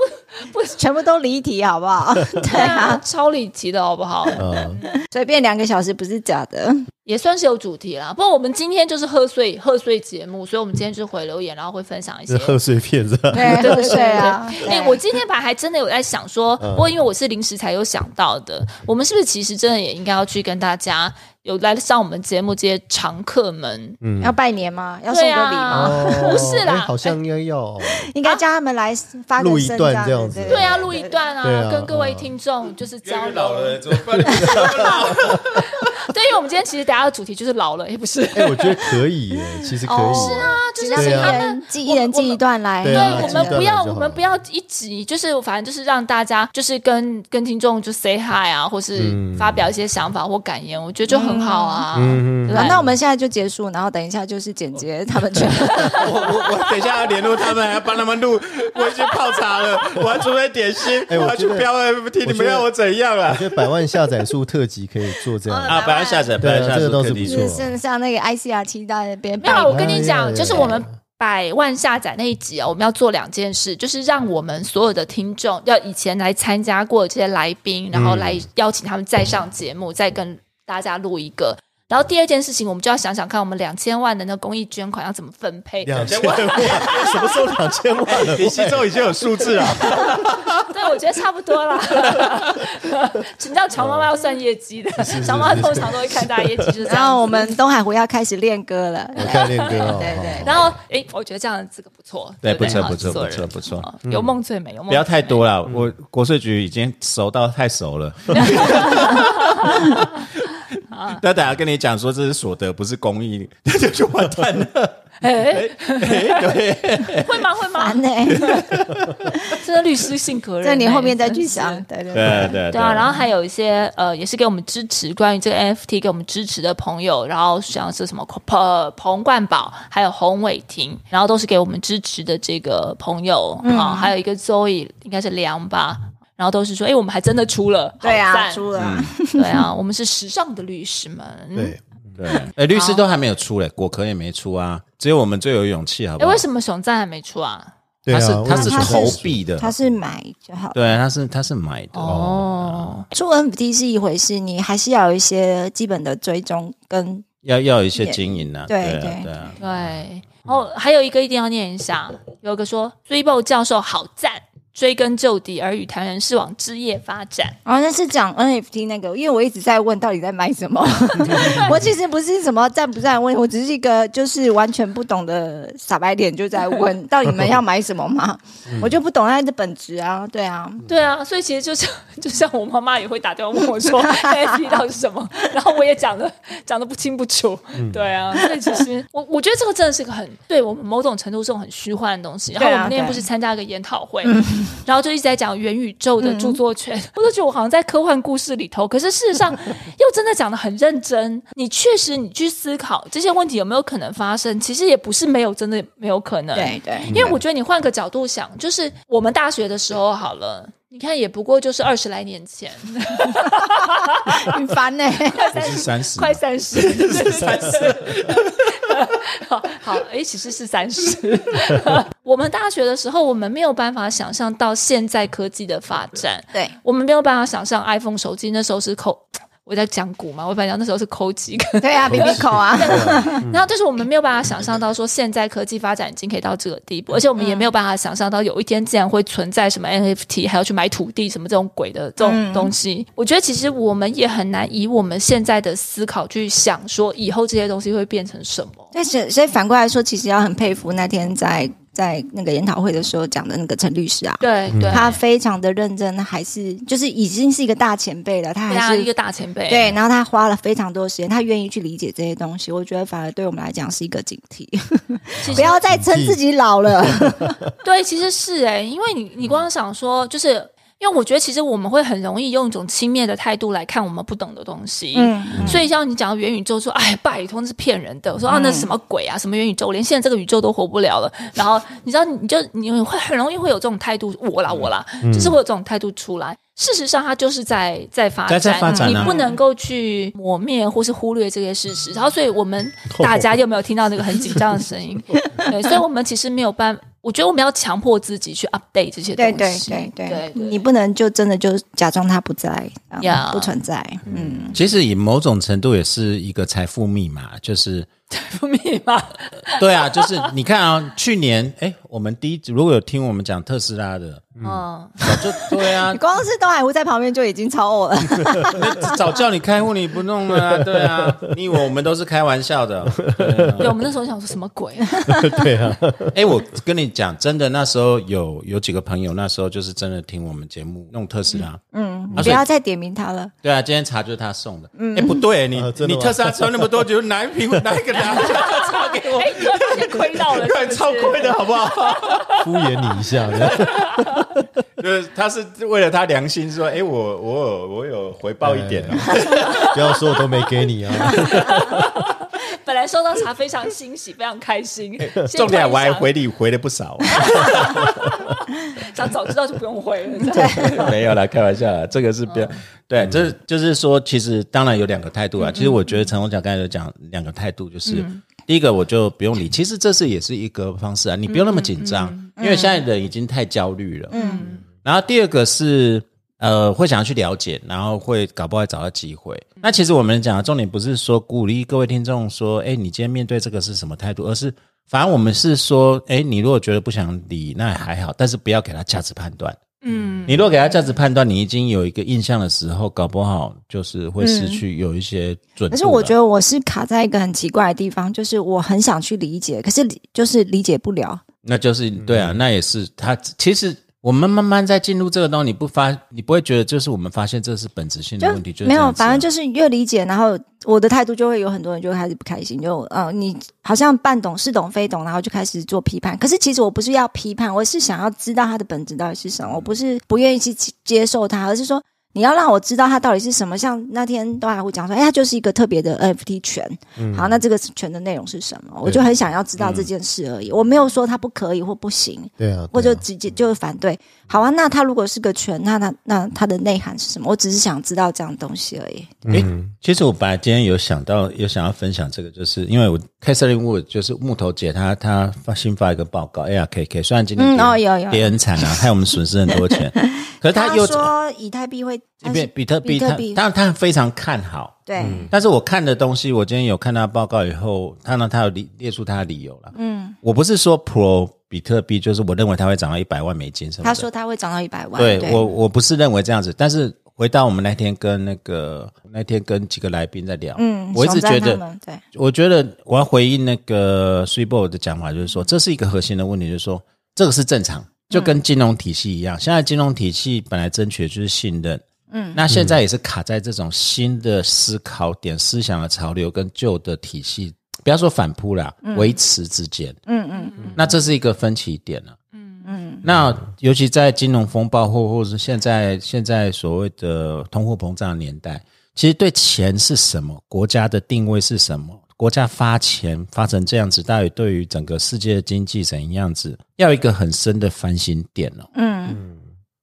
全部都离题，好不好？ 对啊，超离奇的好不好？嗯，随便两个小时不是假的，也算是有主题啦。不过我们今天就是贺岁贺岁节目，所以我们今天就是回留言，然后会分享一些是贺岁片是 吧？对，喝水啊！哎、我今天本来还真的有在想说，嗯不过因为我是临时才有想到的，我们是不是其实真的也应该要去跟大家有来上我们节目这些常客们，嗯要拜年吗？要送个礼吗？哦不是啦哎好像应该要哦应该叫他们来发个录一声段这这样样子子，对啊，录一段啊，对啊跟各位听众就是交流。怎么办？ 对，因为我们今天其实大家的主题就是老了，也、不是。哎， 我觉得可以耶，其实可以，是啊，那就是让一对啊人记一人记一段来，对对啊我记们得不了要，就我好们不要一集，就是反正就是让大家就是跟跟听众就 say hi 啊，或是嗯发表一些想法或感言，我觉得就很好啊。嗯对好，那我们现在就结束，然后等一下就是剪接他们全部。我我我等一下要联络他们，还要帮他们录。我已经泡茶了，我要准备点心，哎我要去觉得标 FT，你我觉们得要我怎样啊我？觉得百万下载数特辑可以做这样，啊，本来下载，对本啊来下载这个倒是不可以错就是像像那个 ICR 七到那边没有啊，我跟哎你呀讲，呀就是呀我们百万下载那一集啊，我们要做两件事，就是让我们所有的听众，要以前来参加过的这些来宾，然后来邀请他们再上节目，再跟大家录一个。然后第二件事情，我们就要想想看，我们两千万的那公益捐款要怎么分配。两千万， 什么时候两千万 了？你心中已经有数字了，嗯 对，我觉得差不 多啦。请教乔妈妈要算业绩嗯的，乔妈妈通常都会看大家业绩，就是这样子。然后我们东海湖要开始练歌了，我看练歌哦，对好对然后，哎，我觉得这样这个不错，对不不错好不错做不错人不错嗯好有梦最美，有梦不要最太美多了。嗯我国税局已经熟到太熟 了。但等下跟你讲说这是所得，不是公益，那就就完蛋了。哎，哎对，会吗？会吗烦？呢。这是律师性格人欸，这你后面再真去是想，。对对对。对对对啊，然后还有一些呃，也是给我们支持关于这个 NFT 给我们支持的朋友，然后像是什么彭彭冠宝，还有洪伟霆，然后都是给我们支持的这个朋友啊，还有一个 Zoe 应该是梁吧，然后都是说，哎，我们还真的出了，好对啊，赞输了嗯啊。对啊，我们是时尚的律师们，对，对，哎，律师都还没有出嘞，果壳也没出啊，只有我们最有勇气，好不哎，好为？什么熊赞还没出啊？对他是啊，他我是也觉得投币的，他是买就好。对，他是他是买的，哦，做 NFT 是一回事，你还是要有一些基本的追踪跟要要有一些经营啊，对对啊对对啊。对，哦，还有一个一定要念一下，有一个说追报教授好赞，追根究底而与台人视网枝叶发展。哦，那是讲 NFT 那个，因为我一直在问到底在买什么。我其实不是什么赞不赞的问，我只是一个就是完全不懂的傻白脸，就在问到底你们要买什么嘛？我就不懂它的本质啊，对啊，对啊，所以其实就像 就像我妈妈也会打电话问我 说 NFT 到底是什么， 然后我也讲的讲的不清不楚。嗯 对啊，所以其实我我觉得这个真的是个很对我们某种程度是种很虚幻的东西。然后对啊我们那天对嗯不是参加一个研讨会，然后就一直在讲元宇宙的著作权，我都觉得我好像在科幻故事里头，可是事实上又真的讲的很认真。你确实你去思考这些问题有没有可能发生，其实也不是没有，真的没有可能。对对，因为我觉得你换个角度想，就是我们大学的时候好了，你看也不过就是二十来年前，很烦呢、我是三十，快三十，是三十。好好，哎，其实是三十。 我们大学的时候，我们没有办法想象到现在科技的发展， 对，我们没有办法想象 iPhone 手机那时候是扣。我在讲古嘛，我本来讲那时候是扣几个， 对啊，B B 口 啊，然后就是我们没有办法想象到说现在科技发展已经可以到这个嗯地步，而且我们也没有办法想象到有一天竟然会存在什么 NFT，还要去买土地什么这种鬼的这种东嗯西。我觉得其实我们也很难以我们现在的思考去想说以后这些东西会变成什么。对，所以所以反过来说，其实要很佩服那天在在那个研讨会的时候讲的那个陈律师啊，对对，他非常的认真，还是就是已经是一个大前辈了，他对啊，还一是个大前辈，对，然后他花了非常多时间，他愿意去理解这些东西，我觉得反而对我们来讲是一个警惕，其 不实要再称自己老了。欸对，其实是哎、因为你你光想说就是。因为我觉得其实我们会很容易用一种轻蔑的态度来看我们不懂的东西。嗯，所以像你讲到元宇宙说，哎，拜托那是骗人的。嗯我说啊，那什么鬼啊，什么元宇宙，连现在这个宇宙都活不了了。然后你知道，你就你会很容易会有这种态度，我嗯啦我啦，就是会有这种态度出来。事实上，它就是在在发展，在在发展啊你不能够去抹灭或是忽略这些事实。然后，所以我们大家有没有听到那个很紧张的声 音？对，所以我们其实没有办我觉得我们要强迫自己去 update 这些东对西。对对对，你你不能就真的就假装它不在，啊 Yeah 不存在。嗯，其实以某种程度也是一个财富密码，就是不密码，对 啊，就是你看啊，去年哎，我们第一如果有听我们讲特斯拉的，嗯，早就对啊你，光是东海湖在旁边就已经超偶 了。早叫你开户你不弄了、啊，对啊，你以为我们都是开玩笑的？对，我们那时候想说什么 鬼？哎、我跟你讲，真的，那时候有有几个朋友，那时候就是真的听我们节目弄特斯拉。嗯，啊不要嗯再点名他 了。对啊，今天茶就是他送的。哎、不对，你、啊真的你吗特斯拉抽那么多，就拿一 瓶拿一个拿一个茶给我，哎，你 发现亏到了，对，超亏的好不好？ 敷衍你一下，这样就是他是为了他良心说，哎、我我有我有回报一点、哦。不要说我都没给你啊。本来收到茶非常欣喜，非常 开心。现在重点我还想回礼回了不少、啊想早知道就不用回了。这样 没有啦，开玩笑啦，这个是比较、对，这就是说，其实当然有两个态度啊。其实我觉得陈红讲刚才有讲两个态度，就是、第一个我就不用理，其实这是也是一个方式啊，你不用那么紧张，因为现在人已经太焦虑了。嗯，然后第二个是。呃，会想要去了解，然后会搞不好会找到机会。嗯那其实我们讲的重点不是说鼓励各位听众说，哎，你今天面对这个是什么态度，而是反而我们是说，哎，你如果觉得不想理，那还好，但是不要给他价值判断。嗯你若给他价值判断，你已经有一个印象的时候，搞不好就是会失去有一些准度了。可是我觉得我是卡在一个很奇怪的地方，就是我很想去理解，可是理就是理解不了。那就是嗯对啊，那也是他。其实我们慢慢在进入这个东西，你不发，你不会觉得就是我们发现这是本质性的问题，就是没有，这样子啊反正就是越理解，然后我的态度就会有很多人就会开始不开心，就呃，你好像半懂是懂非懂，然后就开始做批判。可是其实我不是要批判，我是想要知道它的本质到底是什么，我不是不愿意去接受它，而是说。你要让我知道它到底是什么，像那天东海湖讲说，哎，它就是一个特别的 NFT 权。嗯好，那这个权的内容是什么？我就很想要知道这件事而已。嗯我没有说它不可以或不行，对啊，我就对啊直接就反对。好啊，那它如果是个权，那那那它的内涵是什么？我只是想知道这样东西而已。诶，其实我本来今天有想到，有想要分享这个，就是因为我 Catherine Wood 就是木头姐，她她发新发一个报告，ARKK，虽然今天嗯跌哦有有跌很惨啊，害我们损失很多 钱，可是她他又说以太币会，它比是比特币，比特她币当然她非常看好，对，但是我看的东西，我今天有看他的报告以后，看到他有理列出他的理由了。嗯，我不是说 Pro 比特币，就是我认为它会涨到一百万美金什么的。他说他会涨到一百万。对对我我不是认为这样子，但是回到我们那天跟那个那天跟几个来宾在聊，嗯，我一直熊觉赞他得，们对，我觉得我要回应那个 s u b o 的讲法，就是说这是一个核心的问题，就是说这个是正常，嗯就跟金融体系一样，现在金融体系本来争取的就是信任。嗯，那现在也是卡在这种新的思考点、思想的潮流跟旧的体系，不要说反扑啦，维持之间。嗯嗯，那这是一个分歧点了、嗯嗯，那尤其在金融风暴或或是现在现在所谓的通货膨胀的年代，其实对钱是什么，国家的定位是什么，国家发钱发成这样子，到底对于整个世界的经济怎样子，要有一个很深的反省点哦。嗯，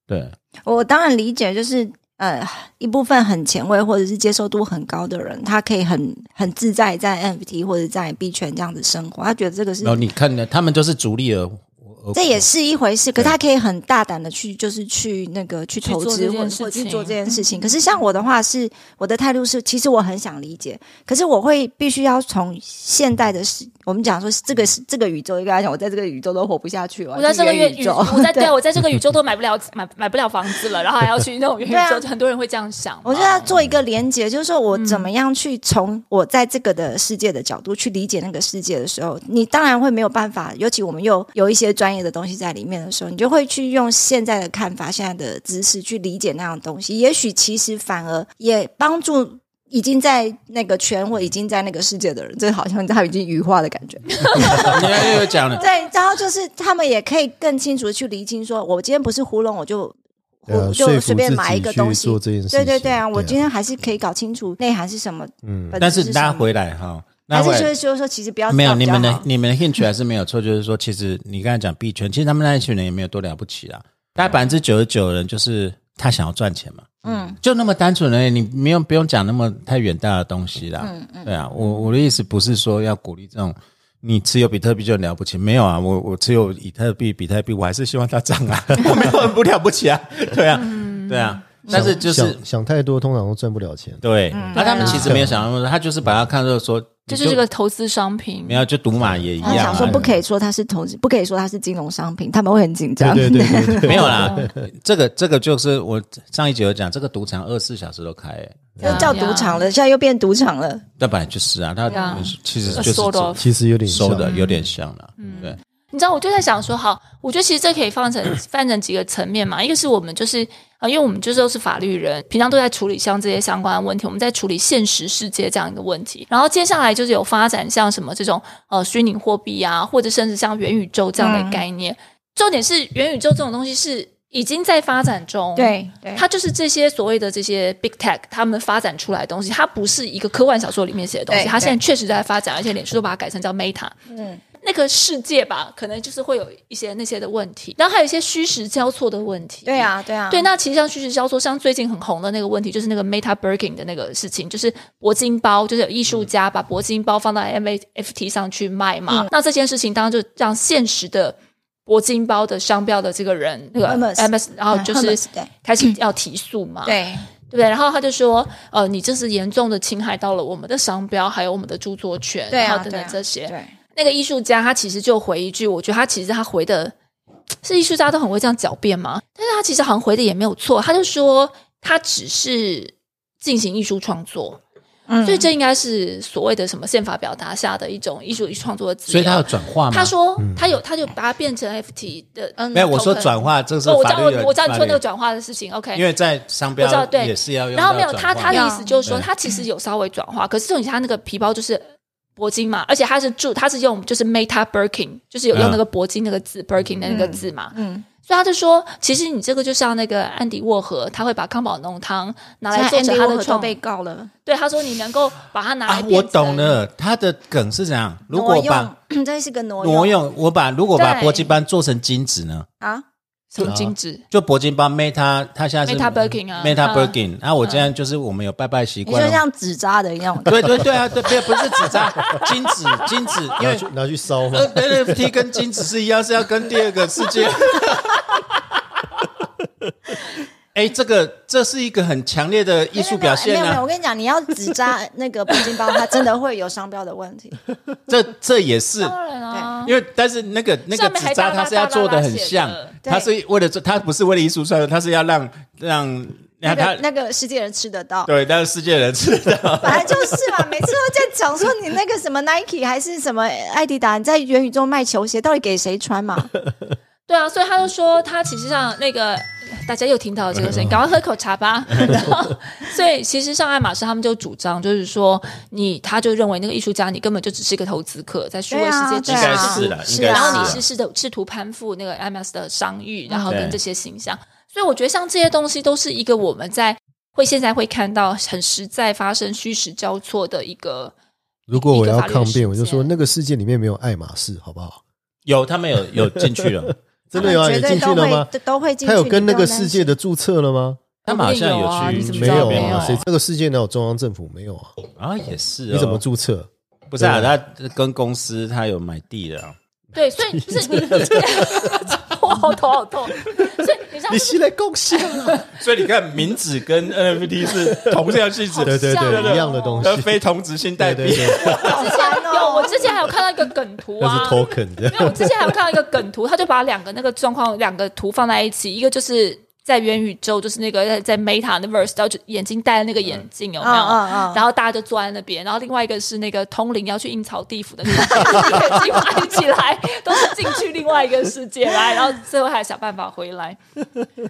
对，我当然理解，就是呃，一部分很前卫或者是接受度很高的人，他可以很很自在在 NFT 或者在币圈这样子生活，他觉得这个是然后你看呢，他们就是逐利而。而这也是一回事，可他可以很大胆的去，就是去那个去投去资做这或件或事去情嗯做这件事情。可是像我的话是，我的态度是，其实我很想理解，可是我会必须要从现代的世，我们讲说是这个是这个宇宙，应该讲我在这个宇宙都活不下去了，我在这个元月宇宇，宙， 我在对对啊，我在这个宇宙都买不了 买买不了房子了，然后还要去那种元宇宙，对啊很多人会这样想嘛。我就要做一个连接，就是说我怎么样去从我在这个的世界的角度去理解那个世界的时候，你当然会没有办法，尤其我们又有一些专业的东西在里面的时候，你就会去用现在的看法、现在的知识去理解那样的东西。也许其实反而也帮助。已经在那个圈或已经在那个世界的人，这好像他已经羽化的感觉。你看又有讲了，对，然后就是他们也可以更清楚的去厘清说，我今天不是糊弄我就对啊我说就服随便自己买一个去东西做这件事情对对对啊，我对啊今天还是可以搞清楚内涵是什么，嗯，但是大家回来哈，那还是回来就是就是说，其实不要没有你们的的你们的 hint 还是没有错，就是说，其实你刚才讲币圈，其实他们那一群人也没有多了不起啊，大概百分之九十九人就是他想要赚钱嘛，嗯，就那么单纯而已，你没有不用讲那么太远大的东西啦，嗯嗯，对啊，我我的意思不是说要鼓励这种。你持有比特币就很了不起？没有啊，我我持有以特币，比特币，我还是希望它涨啊，我没有很不了不起啊，对啊，对啊，但是就是想想太多，通常都赚不了钱。对，那、他们其实没有想那么多，他就是把它看作说，你这就是个投资商品没。有就赌马也一样、他啊，嗯想说不可以说它是投资，不可以说它是金融商品，他们会很紧张。对对对对 对，没有啦，这个这个就是我上一集有讲，这个赌场二十四小时都开、欸， 就叫啊赌场了，现在又变赌场了。那本来就是啊，它其实就是说的其实有点像收嗯的有点像了，嗯对，你知道，我就在想说，好，我觉得其实这可以放成分成几个层面嘛。一个是我们就是啊、呃因为我们就是都是法律人，平常都在处理像这些相关的问题，我们在处理现实世界这样一个问题。然后接下来就是有发展像什么这种呃虚拟货币啊，或者甚至像元宇宙这样的概念。重点是元宇宙这种东西是已经在发展中，对对它就是这些所谓的这些 big tech 他们发展出来的东西，它不是一个科幻小说里面写的东西，对它现在确实在发展，而且脸书都把它改成叫 Meta。嗯。那个世界吧，可能就是会有一些那些的问题，然后还有一些虚实交错的问题。对啊，对啊，对，那其实像虚实交错，像最近很红的那个问题，就是那个 Meta Birkin 的那个事情，就是铂金包，就是有艺嗯术家把铂金包放到 MFT 上去卖嘛。嗯那这件事情当然就让现实的铂金包的商标的这个人，那个 Hermes MS，然后就嗯是啊，Hermes，对开始要提诉嘛。对对不对？然后他就说，呃，你这是严重的侵害到了我们的商标，还有我们的著作权，对然啊，后等对等啊这些。对，那个艺术家他其实就回一句，我觉得他其实他回的是艺术家都很会这样狡辩嘛，但是他其实好像回的也没有错，他就说他只是进行艺术创作，嗯所以这应该是所谓的什么宪法表达下的一种艺术创作的自由。所以它要转化嘛。嗯他说他有他就把它变成 FT 的，嗯，没有，我说 token 转化，这是哦，我知法道律的我知道你说那法个转化的事情，OK，律因为在商标我知道对也是要用然到后转化。嗯没有他他的意思就是说，对他其实有稍微转化，可是重点是他那个皮包就是铂金嘛，而且他是注他是用就是 Meta Birkin，就是嗯有用那个铂金那个字、Birkin 的那个字嘛，嗯，所以他就说，其实你这个就像那个安迪沃荷，他会把康宝浓汤拿来做成他的创被告了。对，他说你能够把它拿来、啊，我懂。了，他的梗是怎样？如果挪把用， 这是个挪挪用，我把如果把对铂金班做成金子呢？啊，什么金子？就铂金帮 Meta，它现在是 Meta Birkin 啊 Meta 嗯 Birkin，那、我这样就是我们有拜拜习你惯说了，像纸扎的一 样，对对对啊，对，不不是纸张，金子金子，因拿为呃去拿去烧嘛。 N NFT 跟金子是一样，是要跟第二个世界。 哎，这个这是一个很强烈的艺术表现没有没有，啊我！跟你讲，你要纸 扎那个铂金包，它真的会有商标的问题。这这也是，当然啊，因为但是那个那个上面纸还扎，大大它是要做的很像大大拉拉写，的它是为了做，它不是为了艺术创作，它是要让让那让它个那个世界人吃得到，对让世界人知道。本来就是嘛。每次都在讲说你那个什么 Nike 还是什么艾迪达，你在元宇宙卖球鞋，到底给谁穿 嘛？对啊，所以他就说他其实上那个大家又听到了这个声嗯音，赶快喝口 茶吧。然后，所以其实像爱马仕他们就主张，就是说你他就认为那个艺术家你根本就只是一个投资客，在虚对伪世啊，界之对中应该啊是啦应该啊然是后你啦是试着试图攀附那个 MS 的商誉，然后对跟这些形象。所以我觉得像这些东西都是一个我们在会现在会看到很实在发生虚实交错的一个。如果我要抗一个法律的事件辩，我就说那个世界里面没有爱马仕，好不好？有，他们有有进去了，真的有啊？绝你对进去都了吗会？都会进去。他有跟那你不个用担世心界的注册了吗？他们好像有啊你怎去么那知道边没有啊，啊谁这个世界哪有中央政府没有啊？ 啊，也是、哦，你怎么注册？不是啊，对啊他跟公司他有买地的啊，对，所以不是你，我 好头好痛。所以你知道你是来贡献啊？所以你看名字跟 NFT 是同样性质，对对像对，哦一样的东西而，非同质性代对币。对对，好烦哦有，我之前还有看到一个梗图那啊，是 token 的因。为我之前还有看到一个梗图，他就把两个那个状况两个图放在一起，一个就是在元宇宙，就是那个在在 Meta 的 Verse，然后就眼睛戴那个眼镜有没有？嗯嗯嗯然后大家就坐在那边，然后另外一个是那个通灵要去阴曹地府的那个，眼睛埋起来，都是进去另外一个世界来，然后最后还想办法回来。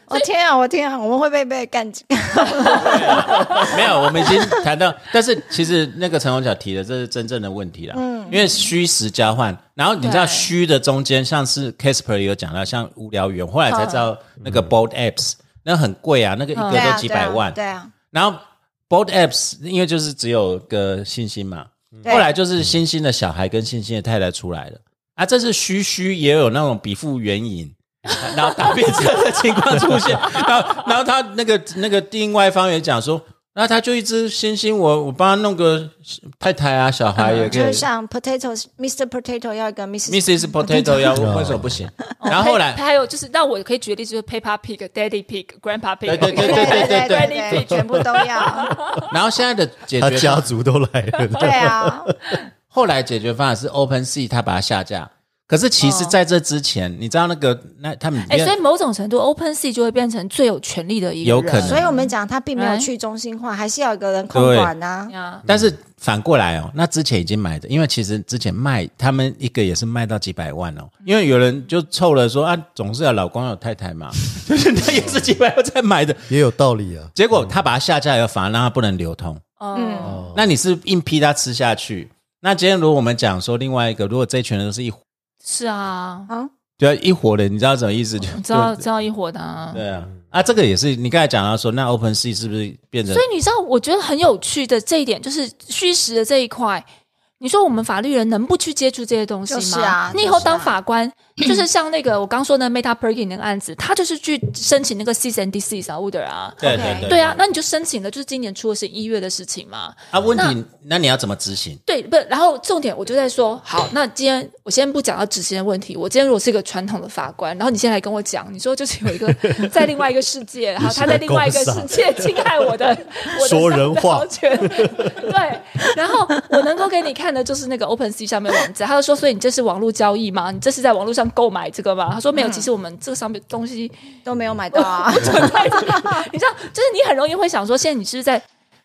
我天啊，我天啊，我们会不会被干？ 没有，我们已经谈到，但是其实那个陈宏角提的，这是真正的问题啦。嗯，因为虚实交换，然后你知道对虚的中间，像是 Casper 有讲到，像无聊猿，后来才知道那个 Bold Apps，、那很贵啊，那个一嗯个对啊都几百万。对啊，然后 Both Apps 因为就是只有个星星嘛，嗯对后来就是星星的小孩跟星星的太太出来了啊，这是虚虚也有那种比附原影。然后大变车的情况出现，然后然后他那个那个另外一方也讲说，那他就一只星星，我我帮他弄个太太啊小孩也可就以像 potatoes Mr. Potato 要一个 Mrs. ，Mrs. Potato 要为什么不行？哦然后后来他还有就是，那我可以举例，就是 Peppa Pig、Daddy Pig、Grandpa Pig，对对对对对对对对 Daddy 对， Pig 全部 都要。然后现在的解他决家族都来对了，啊，后来解决方案是 Open Sea，他把它下架。可是其实在这之前，你知道那个那他们哦哎、所以某种程度，Open Sea 就会变成最有权力的一个有人可能所以我们讲他并没有哎去中心化，还是要有一个人控管啊。呀，但是反过来哦，那之前已经买的，因为其实之前卖他们一个也是卖到几百万哦，因为有人就凑了说啊，总是要老公有太太嘛， 就是那也是几百万才买的。也有道理啊。结果他把它下架以后，反而让它不能流通。嗯，那你是硬逼他吃下去？那今天如果我们讲说另外一个，如果这一群人都是一伙是啊，啊，对啊一伙人，你知道什么意思？就我知道知道一伙的、啊。对啊，啊，这个也是你刚才讲到说，那 Open Sea 是不是变成所以你知道，我觉得很有趣的这一点就是虚实的这一块。你说我们法律人能不去接触这些东西吗？就是啊你以就后是啊当法官，就是像那个我刚说的 Meta Perkin 那个案子，他就是去申请那个 cease and desist 啊，order 啊。对 OK 对对对啊，那你就申请了，就是今年出的是一月的事情嘛。啊，问题那你要怎么执行？对，不，然后重点我就在说，好，那今天我先不讲到执行的问题。我今天如果是一个传统的法官，然后你现在来跟我讲，你说就是有 一个在另外一个世界，然后他在另外一个世界侵害我的我的说人肖话像权，对，然后我能够给你看的就是那个 Open Sea 上面的网站，他就说，所以你这是网络交易吗？你这是在网络上购买这个吗？他说没嗯有，其实我们这个上面东西都没有买到 嗯啊。 你知道，就是你很容易会想说，现在你是不是在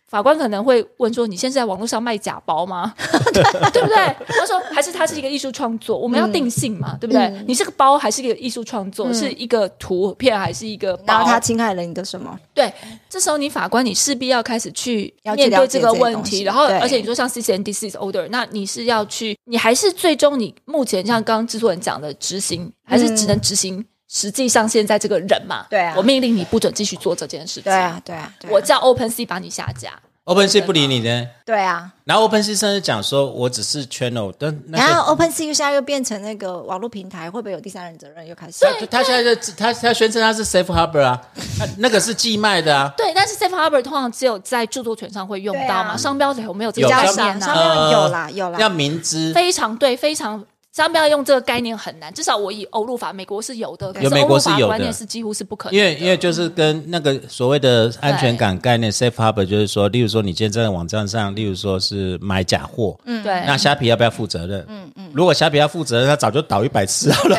法官可能会问说，你现在在网络上卖假包吗？ 对不对？他说，还是它是一个艺术创作，我们要嗯定性嘛，对不对？你这个包还是一个艺术创作，是一个图片还是一个然包？后他侵害了你的什么？对，这时候你法官你势必要开始去要去面了对解这个这些问东西题，然后对而且你说像 C C N D C order，那你是要去，你还是最终你目前像刚刚制作人讲的执行，还是只能执行实际上现在这个人嘛？嗯对啊我命令你不准继续做这件事情。对啊，对啊，对啊我叫 Open C 把你下架。 Open Sea 不理你呢，对啊。然后 Open Sea 甚至讲说我只是 channel，但那然后个 OpenSea 又现在又变成那个网络平台，会不会有第三人责任又开始？他他现在就他他宣称他是 safe harbor 啊，他那个是寄卖的啊，对，但是 Safe Harbor 通常只有在著作权上会用到对嘛，啊商标有没有这比个有较概商少，念上啊？面有啦有呃要啦，明知非常对，非常商标用这个概念很难，至少我以欧陆法，美国是有的，可有美欧国陆是法有的观念是几乎是不可能因的。为因为就是跟那个所谓的安全感概念 safe harbor，就是说，例如说你今天站在网站上，例如说是买假货，嗯，对，那虾皮要不要负责任？嗯嗯，如果虾皮要负责任，他早就倒一百次了。对，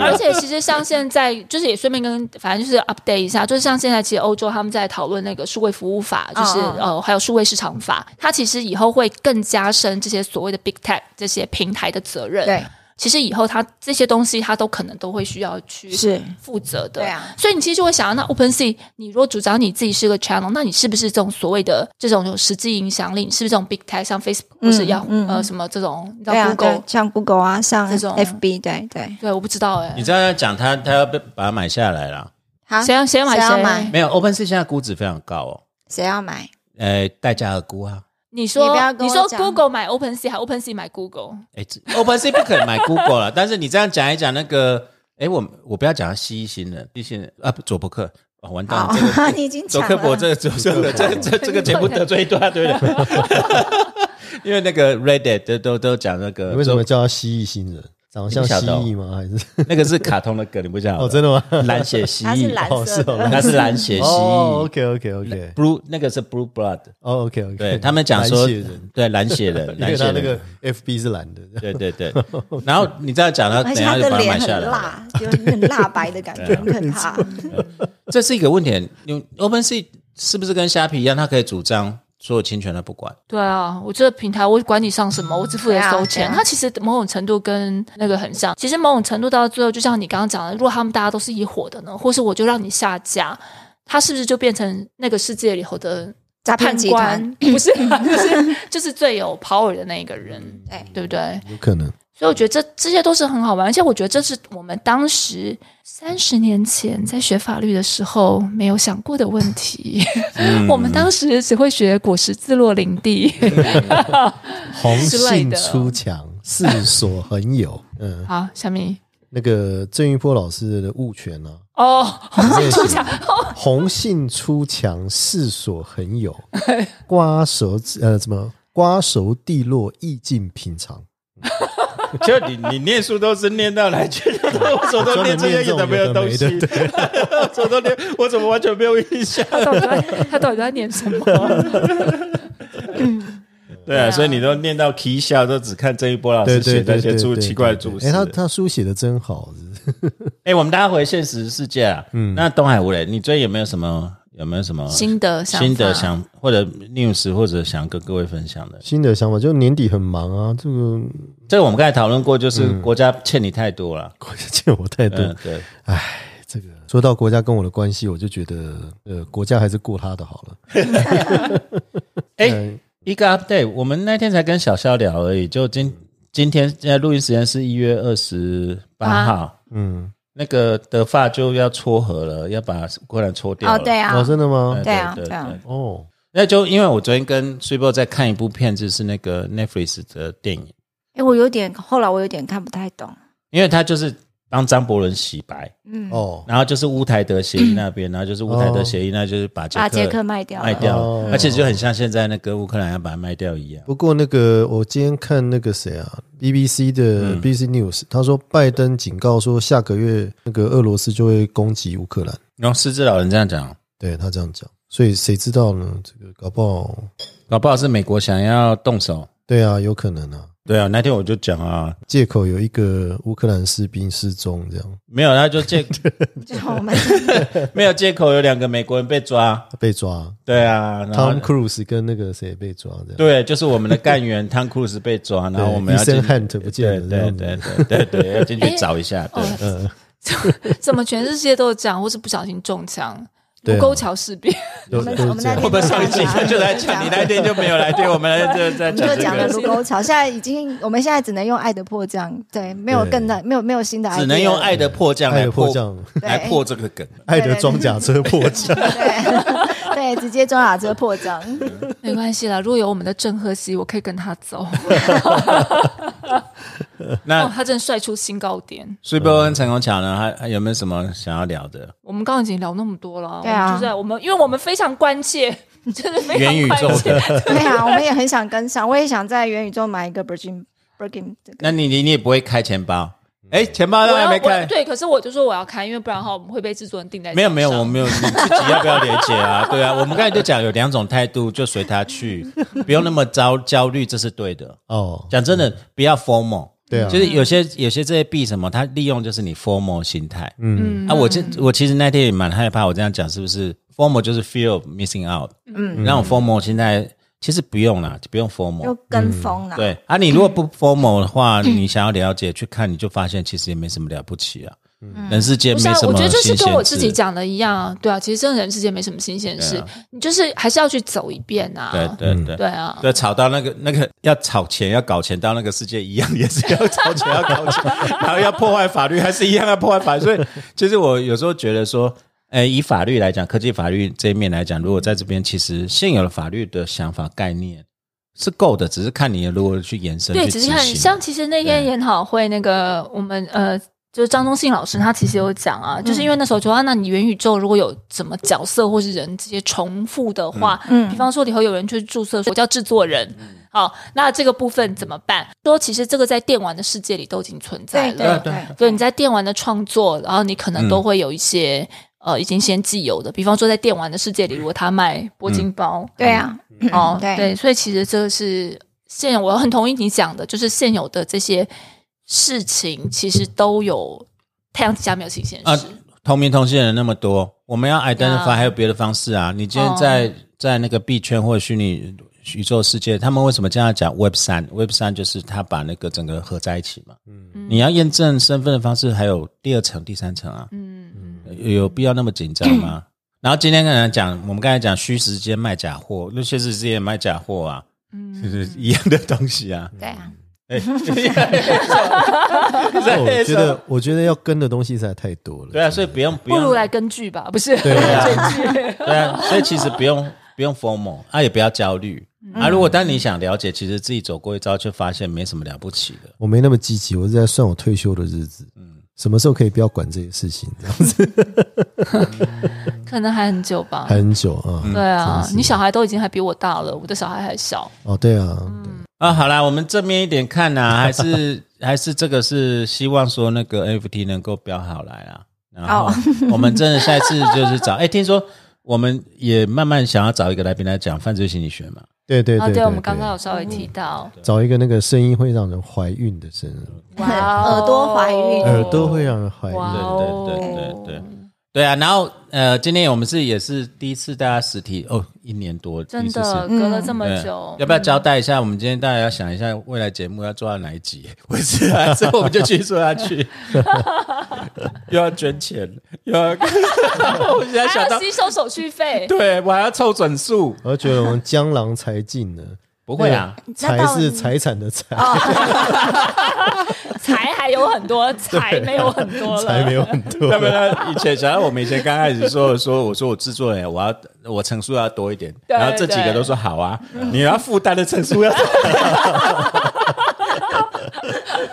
而且其实像现在，就是也顺便跟反正就是 update 一下，就是像现在其实欧洲他们在讨论那个数位服务法，就是嗯嗯呃还有数位市场法，它其实以后会更加深这些所谓的 big tech 这些平台的责任。对，啊其实以后它这些东西它都可能都会需要去是负责的。对啊所以你其实就会想到，那 OpenSea，你如果主张你自己是个 channel，那你是不是这种所谓的这种有实际影响力？你是不是这种 big tech，像 Facebook 或是要、呃什么这种，你知道嗯对啊， Google？、对，像 Google 啊，像这种 FB，对对。对，我不知道哎、你这样讲他，他要被把它买下来了。好，谁要谁要买要谁买？没有，Open Sea 现在估值非常高哦，谁要买？呃，代价而估啊。你说你不要跟我说讲 Google 买 OpenSea 还 OpenSea 买 Google？哎，Open Sea 不可能买 Google 了，但是你这样讲一讲那个，哎，我我不要讲他蜥蜴星人，蜥蜴星人啊，不佐伯克，啊，完蛋好了， 这个，你已经佐抢克伯了。这个佐克伯这这这个节目得罪一大堆人， 因为那个 Reddit 都都呃都讲那个，你为什么叫他蜥蜴星人？长得像你不蜥晓得哦蜴吗？还是那个是卡通的梗，你不讲哦，真的吗？蓝血蜥它是蜴，蓝色哦是哦的，它是蓝血蜥哦蜴，OK OK OK， ，Blue 那个是 Blue Blood，哦 OK OK，对他们讲说 蓝血人，，对蓝血 人，因蓝为血他那人个。FB 是蓝的，对对 对，然后你这样讲，他等而一且下它就的把它买脸下很来。啊辣，有很辣白的感 觉，很可怕。这是一个问题。你 OpenSea 是不是跟虾皮一样，它可以主张所有侵权他不管？对啊，我这个平台我管你上什么，我只负责对收啊对钱。啊它其实某种程度跟那个很像，其实某种程度到最后，就像你刚刚讲的，如果他们大家都是一伙的呢，或是我就让你下架，它是不是就变成那个世界里头的诈判 骗集团官？不是啊，就是就是最有 power 的那一个人，对对不对？有可能。所以我觉得这这些都是很好玩，而且我觉得这是我们当时三十年前在学法律的时候没有想过的问题。 我们当时只会学果实自落领地，红之类杏的出墙，似所横有。嗯，好，小米那个郑玉波老师的物权啊，哦， 红杏出墙，红杏出墙，似所横有，瓜熟呃，怎么瓜熟蒂落，意境平常。 就你你念书都是念到哪去？我手都念这些有的没有 东西，专门念这种我手都念，我怎么完全没有印象？他到底在他到底在念什么？ 对啊，所以你都念到啼笑，都只看这一波老对师对写对那对些对出对，奇怪的对注哎，释。他他书写的真好，哎，我们大家回现实世界啊。嗯，那东海无人，你最近有没有什么有没有什么新的想法新的想或者 news 或者想跟各位分享的？新的想法，就年底很忙啊，这个这个我们刚才讨论过，就是国家欠你太多了。国家欠我太多。嗯，对，这个说到国家跟我的关系，我就觉得呃，国家还是顾他的好了。哎，一个 update，我们那天才跟小肖聊而已，就今今天现在录音时间是一月二十八号，嗯，那个德发就要撮合了，要把乌克兰戳掉哦，了。对啊哦，，真的吗嗯，？对啊对对啊哦，那就因为我昨天跟 s u p e 在看一部片子，是那个 Netflix 的电影，哎，我有点后来我有点看不太懂，因为他就是帮张伯伦洗白，嗯，哦，然后就是乌台德协议那边，然后就是乌台德协议，那就是把捷把捷啊克克卖掉卖了，掉哦了，而且就很像现在那个乌克兰要把它卖掉一样。不过那个，我今天看那个谁啊，BBC 的 BBC News，、他说拜登警告说，下个月那个俄罗斯就会攻击乌克兰。然后失智老人这样讲，对他这样讲，所以谁知道呢？这个搞不好，搞不好是美国想要动手。对啊，有可能啊，对啊，那天我就讲啊，借口有一个乌克兰士兵失踪，这样没有，他就借就是我们没有借口，有两个美国人被抓。被抓对啊，然后，Tom Cruise 跟那个谁被抓，这样对，就是我们的干员汤库斯被抓，然后我们要医生进汉特不对见了，这对样子对对对对，要进去找一下。对，呃哦， 怎么全世界都这样，或是不小心中枪？对啊卢沟桥事变， 都我们都我是们这那样天我们上一期就来讲，你那天就没有来对，我们来 就在我们就讲讲了这卢个，沟桥，现在已经我们现在只能用爱的迫降，对，没有更的，没有没有新的，只能用，爱的迫降爱来的迫降，来破这个梗。爱的装甲车迫降，对 对， 直接装甲车迫 降，没关系啦。如果有我们的郑和西，我可以跟他走。哦那，他真的帅出新高点。苏波跟陈功强呢，还还有没有什么想要聊的？我们刚刚已经聊那么多了，对啊我们就在我们，因为我们非常关 切，真的非元宇常宙关切。的，对啊，我们也很想跟上，我也想在元宇宙买一个 Birkin Birkin 这个，那你你你也不会开钱包？哎，钱包都嗯我还要没我开。对，可是我就说我要看，因为不然的话我们会被制作人定在没有墙没有，上我没有，你自己要不要理解 啊？对啊，我们刚才就讲有两种态度，就随他去，不用那么焦焦虑，这是对的。 哦，讲真嗯的，不要 formal。对啊就是有些有些这些币什么，它利用就是你 formal 心态。嗯，啊，我这我其实那天也蛮害怕，我这样讲是不是 formal 就是 fear of missing out？嗯，那种 formal 心态其实不用啦，不用 formal。就跟风嗯啦，对啊，你如果不 formal 的话，嗯你想要了解去看，你就发现其实也没什么了不起啊。人世间不没是、啊什，么我觉得就是新跟鲜我自己事。讲的一样啊，对啊，其实真的人世间没什么新鲜事，对啊你就是还是要去走一遍啊，对对对对啊，对，炒到那个那个要炒钱要搞钱到那个世界一样，也是要炒钱要搞 钱，然后要破坏法律，还是一样要破坏法律。所以， 其实我有时候觉得说，呃，以法律来讲，科技法律这一面来讲，如果在这边其实现有的法律的想法概念是够的，只是看你如何去延伸去对，执只是行。啊看像其实那天研讨会那个我们呃，就是张忠信老师嗯他其实有讲嗯啊，就是因为那时候就说，啊那你元宇宙如果有什么角色或是人这些重复的话，嗯比方说以后有人去注册说我叫制作人，嗯好，那这个部分怎么办？说其实这个在电玩的世界里都已经存在对了，对对对对，你在电玩的创作，然后你可能嗯都会有一些、呃已经先既有的，比方说在电玩的世界嗯里，如果他卖铂金包，对啊，哦，对所以其实这是现有，我很同意你讲的，就是现有的这些事情，其实都有太阳底下没有新鲜事。啊，同名同姓的人那么多，我们要 identify 啊哦还有别的方式啊。你今天在、在那个币圈或者虚拟宇宙世界，他们为什么这样讲 Web 三？Web 三就是他把那个整个合在一起嘛。嗯，你要验证身份的方式还有第二层、第三层啊。嗯，有有必要那么紧张 吗？然后今天跟人讲，我们刚才讲虚实之间嗯 卖假货，那确实之间也卖假货啊，就是一样的东西啊。对啊，哎对哦我觉得，我觉得要跟的东西实在太多了。对啊，所以不用不不如用来根据吧，不是？ 对啊，对啊，所以其实不用不用 formal，啊也不要焦虑嗯啊。如果当你想了解，其实自己走过一遭，就发现没什么了不起的。我没那么积极，我是在算我退休的日子。嗯，什么时候可以不要管这些事情？ 这样子可能还很久吧。还很久啊。对啊真，是你小孩都已经还比我大了，我的小孩还小。哦，对啊，嗯啊，好啦，我们正面一点看呐、还是还是这个是希望说那个 FT 能够标好来啊。然后哦 我们真的下一次就是找，哎、听说我们也慢慢想要找一个来宾来讲犯罪心理学嘛。对对对啊，对对，对，我们刚刚有稍微提到，找一个那个声音会让人怀孕的声音，哇哦，耳朵怀孕耳朵会让人怀哇孕。哦，对对对对对对啊，然后呃，今天我们是也是第一次大家实体哦，一年多，真第一次的是隔了这么对久，哎要不要交代一下？我们今天大家要想一下，未来节目要做到哪一集？ 我是还是我们就继续做下去？ 又要捐钱，又要，我现在还想要到，吸收手续费？对我还要凑整数，我觉得我们江郎才尽 呢，不会啊，才是财产的财， 哦财还有很多，财没有很多财没了。有很 多。他们呢以前想到我们以前刚开始说的说，我说我制作人，我要我层数要多一点，对然后这几个都说好啊，你要负担的层数 要多，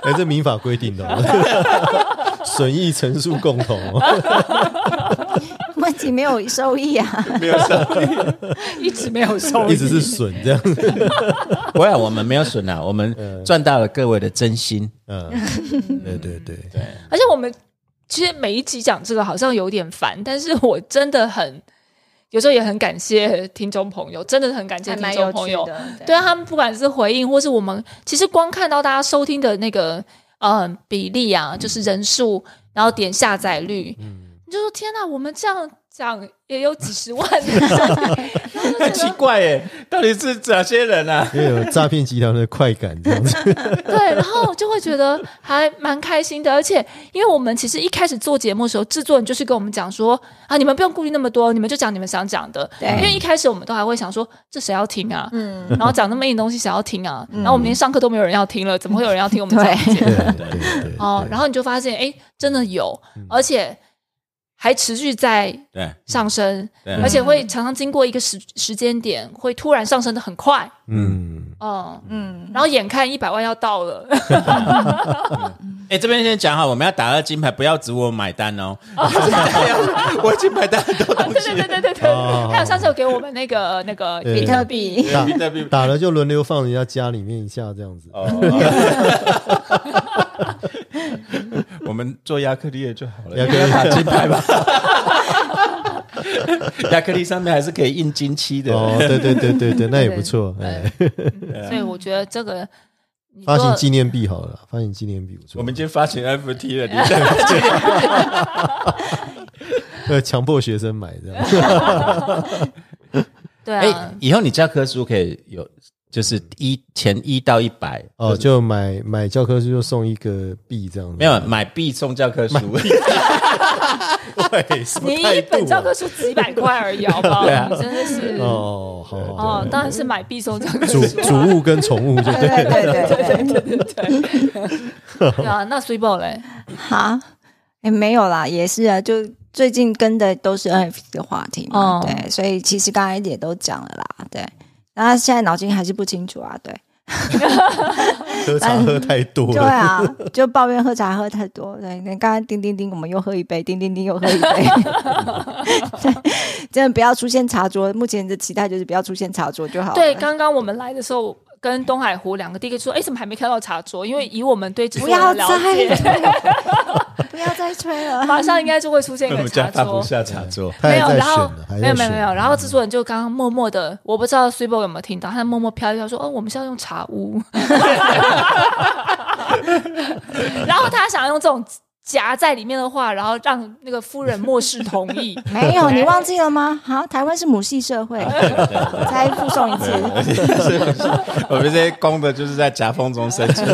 哎，这民法规定的 哦，损益陈述共同哦。问题没有收益 啊，没有上。一直没有收益，一直是损这样。不会啊，我们没有损啊，我们赚到了各位的真心。嗯，对对对对，而且我们其实每一集讲这个好像有点烦，但是我真的很有时候也很感谢听众朋友，真的很感谢还听蛮众有朋趣友。的。对啊，他们不管是回应，或是我们其实光看到大家收听的那个嗯比例啊，就是人数，然后点下载率，你就说天哪，我们这样讲也有几十万啊的人，很 奇怪耶，到底是哪些人啊？因为有诈骗集团的快感这样 子。对，然后就会觉得还蛮开心的，而且因为我们其实一开始做节目的时候，制作人就是跟我们讲说啊，你们不用顾虑那么多，你们就讲你们想讲的，对因为一开始我们都还会想说这谁要听啊，嗯，然后讲那么硬的东西谁要听啊，然后我们连上课都没有人要听了，怎么会有人要听我们讲的节目对？对对对。哦，然后你就发现，哎，真的有，而且还持续在对上升，对而且会常常经过一个时时间点，会突然上升的很快，哦嗯，嗯嗯嗯，然后眼看一百万要到了，哎，这边先讲好，我们要打到金牌，不要指我买单哦。 我已经买单很多东对西对对对对哦对，还有上次有给我们那个那个对比特币，打比特币打了就轮流放人家家里面一下这样子。哦。 我们做亚克力的就好了，亚克力应该打金牌吧。 亚克力上面还是可以印金漆的。哦，对对对对 对，那也不错。哎，嗯所以我觉得这个你发行说纪念币好了，发行纪念币不错。我们已经发行 FT 了，你在呃强迫学生买这 样。对哎啊，，以后你教科书可以有，就是一前一到一百哦，就买买教科书就送一个币这样子。没有买必送教科书，对，什么你态一度啊本教科书几百块而已，好不好？对啊你真的是哦，好好好。哦，当然是买必送教科主书啊，主物跟宠物就 对 对对对对，对啊，那 three ball 嘞，好，哎，没有啦，也是啊，就最近跟的都是 NFT 的话题嘛，哦对，所以其实刚才也都讲了啦，对，然后现在脑筋还是不清楚啊，对，喝茶喝太多对了。啊，就抱怨喝茶喝太多。对，那刚刚叮叮叮，我们又喝一杯，叮叮叮又喝一杯。对，真的不要出现茶桌。目前的期待就是不要出现茶桌就好了。对，刚刚我们来的时候，跟东海湖两个第一个说，哎，怎么还没看到茶桌？因为以我们对制不作人要的了解，再不要再吹 了。马上应该就会出现一 我个们家茶大不桌。下茶桌。他没有，还在然选后呢，还没在有没有选嗯没有，然后制作人就刚刚默默的，我不知道 s u p e 有没有听到，他默默飘一飘说：“哦，我们是要用茶 屋。”然后他想用这种夹在里面的话，然后让那个夫人漠视同 意。没有，你忘记了吗？好，台湾是母系社会，再附送一次。我们这些公的就是在夹缝中生存。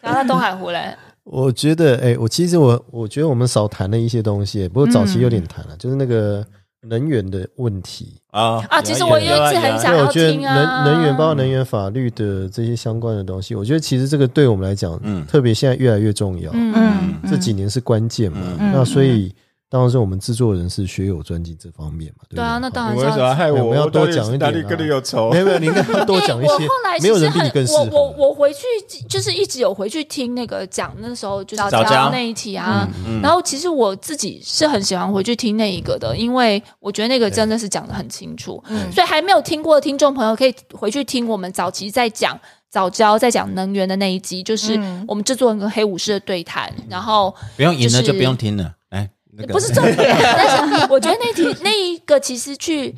然后那东海湖嘞，我嗯觉得，哎、我其实我我觉得我们少谈了一些东西，不过早期有点谈了，就是那个能源的问题。啊啊其实我也一直很想对，要我觉得听能啊能源包括能源法律的这些相关的东西，我觉得其实这个对我们来讲，嗯特别现在越来越重要。嗯，这几年是关键嘛，嗯那所以当然是我们制作人是学有专精这方面嘛，对不对啊，那当你然为是什么要要。害我？我们要我到底多讲一哪点里啊跟你有仇没？有没有，你应该要多讲一哎我些后来，其没实有很，人比你更适我合。我我回去就是一直有回去听那个讲那时候就是早教嗯那一题啊，嗯然后其实我自己是很喜欢回去听那一个的，因为我觉得那个真的是讲的很清楚，所以还没有听过的听众朋友可以回去听我们早期在讲。早教在讲能源的那一集，就是嗯我们制作人跟黑武士的对谈，然后不用赢了就是就不用听了。哎，那个不是重点，但是我觉得那题那一个其实去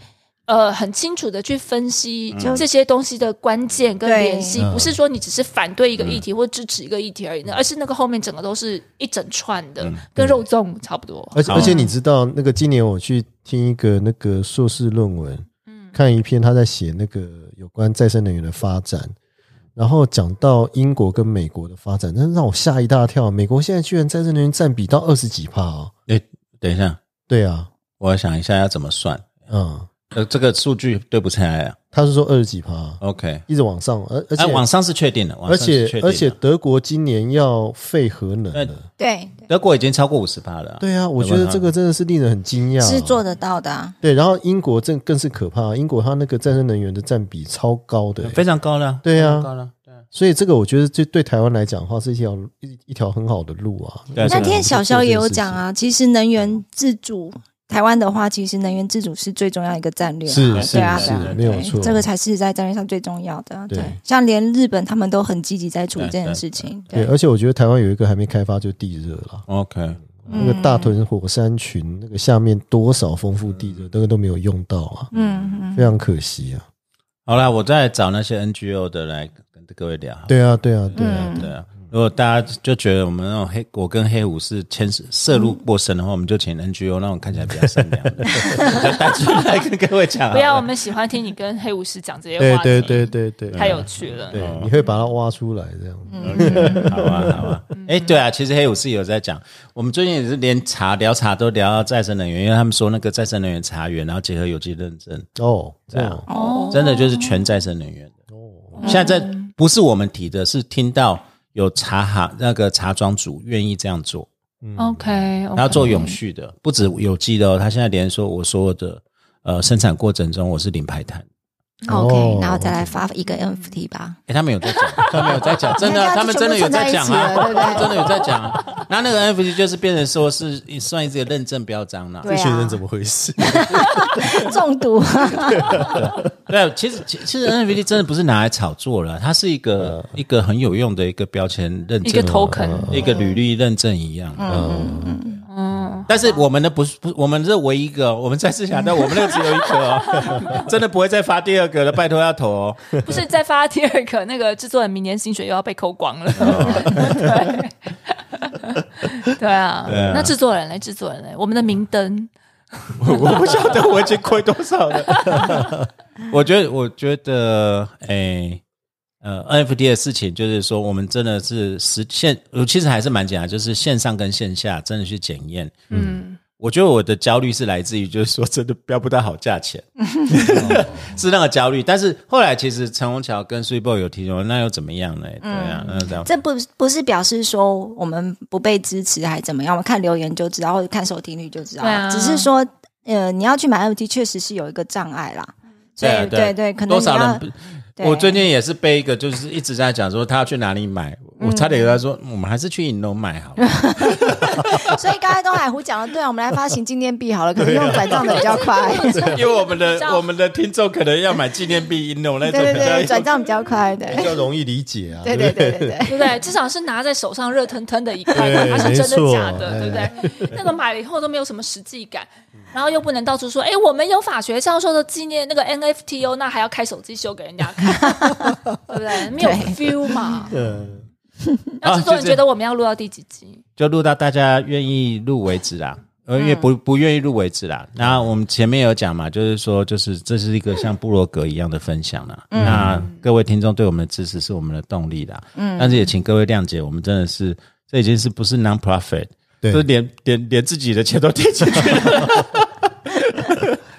呃很清楚的去分析就这些东西的关键跟对联系，嗯不是说你只是反对一个议题或支持一个议题而已，而是那个后面整个都是一整串嗯的，跟肉粽差不多。而且好而且你知道，那个今年我去听一个那个硕士论文，嗯看一篇他在写那个有关再生能源的发展，然后讲到英国跟美国的发展，真的让我吓一大跳。美国现在居然再生能源占比到二十几帕哦，哎，等一下，对啊，我想一下要怎么算。嗯，呃，这个数据对不起来啊。他是说二十几帕， OK，一直往上，而而哎，且网上是确定的，网而上是且确定的而且德国今年要废核能对了，对，对德国已经超过五十趴了啊。对啊，我觉得这个真的是令人很惊讶，哦是做得到的啊。对，然后英国这更是可怕，英国它那个再生能源的占比超高的、非常高了啊，对啊非常高了。对啊所以这个我觉得这对台湾来讲的话是一条一一条很好的路啊。对啊那是的天小肖也有讲啊，其实能源自主，台湾的话，其实能源自主是最重要一个战略啊。是对是啊是对啊，没有错，这个才是在战略上最重要的啊。对对，像连日本他们都很积极在处理这对件对事情。对。而且我觉得台湾有一个还没开发，就地热啦。 OK，嗯那个大屯火山群那个下面多少丰富地热，那个都没有用到啊，嗯非常可惜啊。好啦，我再找那些 NGO 的来跟各位聊。对啊，对啊，对啊，嗯对啊，如果大家就觉得我们那种黑，我跟黑武士牵涉涉入过深的话，我们就请 NGO 那种看起来比较善良的， 就带出来跟各位讲好了。啊不要，我们喜欢听你跟黑武士讲这些哎对话题，对对对对，太有趣了。对，嗯你会把它挖出来这样。 OK，好啊，好啊。哎、对啊，其实黑武士有在讲，我们最近也是连茶聊茶都聊到再生能源，因为他们说那个再生能源茶园，然后结合有机认证，哦，这对啊样哦，真的就是全再生能源的。嗯现在在不是我们提的，是听到有茶行那个茶庄主愿意这样做，嗯 OK，嗯他要做永续的，不止有机的哦，他现在连说我所有的呃生产过程中我是零排碳。哦，OK，然后再来发一个 NFT 吧。哎、他们有在 讲，他们有在讲，真的啊，那这样他们真的有讲啊，就全他部串在一起了对不对们 真的有在讲、啊。那那个 NFT 就是变成说是算是一个认证标章啦。对啊这些人怎么回事？ 中毒，对，啊其实其其实 NFT 真的不是拿来炒作了，啊它是一个、一个很有用的一个标签认证，哦一个 token，一个履历认证一样。嗯，嗯，但是我们的不是不是，我们这唯一一个哦，我们在试想，但我们那个只有一个 哦，真的不会再发第二个了，拜托要投哦。不是再发第二个，那个制作人明年薪水又要被扣光了。对， 对啊，对啊那制作人嘞，制作人嘞，我们的明灯，我我不晓得我已经亏多少了。 我觉得，我觉得，哎、呃，NFT 的事情就是说，我们真的是实现，我其实还是蛮简单，就是线上跟线下真的去检验。嗯，我觉得我的焦虑是来自于，就是说真的标不到好价钱， 是那个焦虑。但是后来其实陈虹桥跟 s u p e 有提醒我，那又怎么样呢？对啊，那又怎样？这不不是表示说我们不被支持还怎么样？我们看留言就知道，或者看收听率就知道。对啊只是说，呃，你要去买 NFT 确实是有一个障碍啦。所以啊对啊对，可能多你少要人不对我最近也是被一个，就是一直在讲说他要去哪里买，嗯我差点跟他说，我们还是去银楼买 好了。所以刚才东海湖讲了，对啊，我们来发行纪念币好了，可能用转账的比较 快。啊因为我们你知的道我们的听众可能要买纪念币、银楼那对种对比对，较转账比较快，比对较容易理解啊。对对对对对。对不对？至少是拿在手上热腾腾的一块，对它是真没的错假的，对不对？那个买了以后都没有什么实际感，然后又不能到处说，哎，我们有法学教授的纪念那个 NFT 哦，那还要开手机秀给人家看， 对不对？没有对 feel 嘛。嗯，那啊就制作人这样觉得我们要录到第几集？就录到大家愿意录为止啦。呃，因为不不愿意入为止啦。那我们前面有讲嘛，就是说，就是这是一个像布罗格一样的分享啦。那各位听众对我们的支持是我们的动力啦。嗯，但是也请各位谅解，我们真的是这已经是不是 non profit，对就是连连连自己的钱都贴进去了。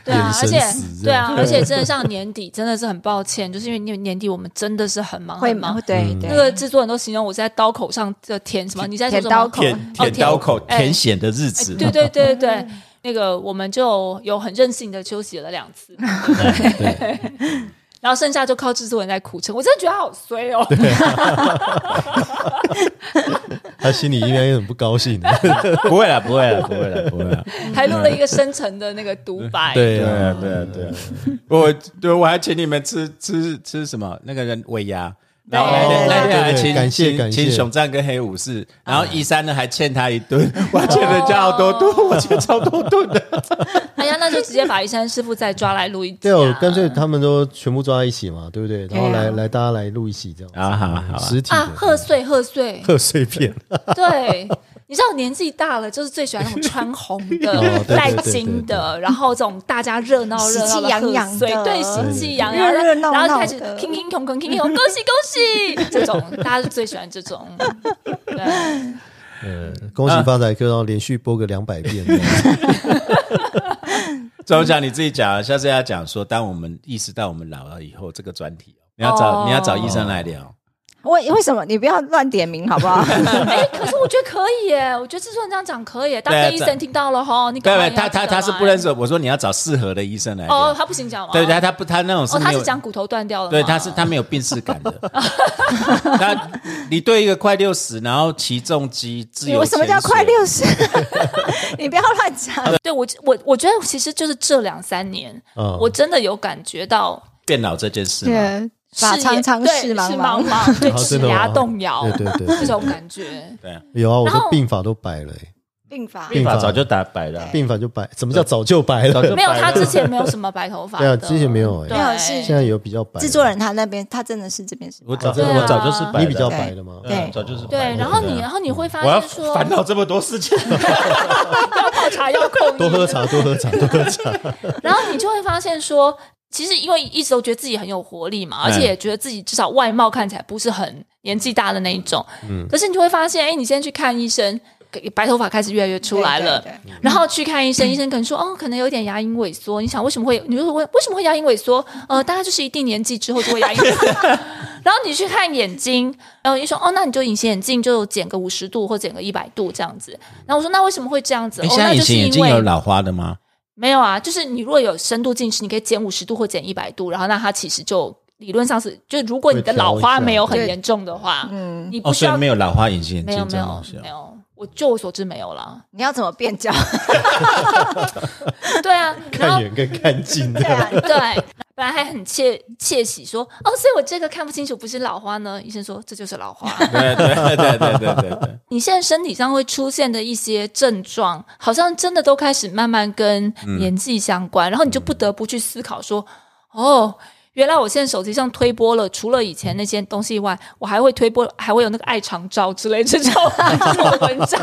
对啊，而眼且神死这对样啊，而 且真的像年底，真的是很抱歉，就是因为年年底我们真的是很忙会很吗忙。？哦对那对，个制作人都形容我是在刀口上的舔什么？你在说舔什刀么？口，舔哦舔刀口舔舔血的日子，哎对对对对对，嗯那个我们就有很任性的休息了两 次，对，然后剩下就靠制作人在苦撑。我真的觉得他好衰哦，他心里应该很不高兴的。不会了，不会了，不会了，不会了。还录了一个深沉的那个独白。对啊，啊，对啊，对 啊！我对我还请你们吃吃吃什么？那个人尾牙，然后那天对那天还对对请感谢请感谢请熊战跟黑武士，然后一三呢还欠他一顿，嗯 我还欠人家好多顿，我欠超 多顿的。哎呀，那就直接把一山师傅再抓来录一集 对啊。哦，干脆他们都全部抓在一起嘛，对不对？然后对来啊来，大家来录一起这样子啊好啊好啊实体啊，的贺岁贺岁，贺岁片，对。你知道我年纪大了，就是最喜欢那种穿红的哦、对对带对对金的，然后这种大家热闹热闹喜气洋洋贺岁的对，喜气洋洋，热热闹闹然后开始的听听空空听听，恭喜恭喜，这种大家就最喜欢这种。对，呃，恭喜发财哥，然后连续播个两百遍这样子，周讲你自己讲啊，下次要讲说，当我们意识到我们老了以后，这个专题哦你要找哦你要找医生来哦聊。为为什么你不要乱点名好不好？哎，可是我觉得可以耶，我觉得制作人这样讲可以耶。大对啊哥医生听到了哈，你对赶不对？他快他要记得他是来不认识我，我说你要找适合的医生来哦聊，。他不行讲吗？对，他他不他那种是哦，他没有是讲骨头断掉了 吗，对，他是他没有病逝感的。他，你对一个快六十，然后骑重机自你由，为什么叫快？六十？ 你不要乱讲。对我我我觉得其实就是这两三年，嗯我真的有感觉到变老这件事嘛，对，视 法野常常对视视茫茫茫。茫，对 啊齿真的牙吗动摇，对对对这种感 觉。对啊，有啊，我然后的鬓发都白了，欸病法鬓发早就打白了，啊鬓发就白，什么叫早就白了？没有，他之前没有什么白头发对啊的，之前没有欸对没有是现在有比较白了，制作人他那边，他真的是这边是我早对啊我早就是白了，你比较白的吗？对嗯早就是白对了，啊然后你，然后你会发我要现说，烦恼这么多事情，要泡茶 要控多喝茶，多喝茶，多喝茶。然后你就会发现说，其实因为一直都觉得自己很有活力嘛，而哎且也觉得自己至少外貌看起来不是很年纪大的那一种。嗯可是你就会发现，哎，你先去看医生，白头发开始越来越出来了。对对对然后去看医生，医生可能说，哦，可能有点牙龈萎缩。你想为什么会？你就会问为什么会牙龈萎缩？呃，大概就是一定年纪之后就会牙龈萎缩。 然后你去看眼睛，然后医生说，哦，那你就隐形眼镜就减个五十度或减个一百度这样子。然后我说，那为什么会这样子？你哦，哎现在那隐就是形眼因镜为有老花的吗？没有啊，就是你如果有深度近视，你可以减五十度或减一百度，然后那它其实就理论上是，就如果你的老花没有很严重的话，嗯，你哦，不需所以要、没有老花隐形眼没有镜，没真好有笑没。有，我就我所知没有啦。你要怎么变 焦？对 啊，然后看远跟看近对的，啊，对，本来还很窃窃喜说，哦，所以我这个看不清楚，不是老花呢。医生说这就是老花。啊对对对对对对对，你现在身体上会出现的一些症状，好像真的都开始慢慢跟年纪相关，然后你就不得不去思考说，哦。原来我现在手机上推播了，除了以前那些东西以外，我还会推播，还会有那个爱长照之类这种这种文章，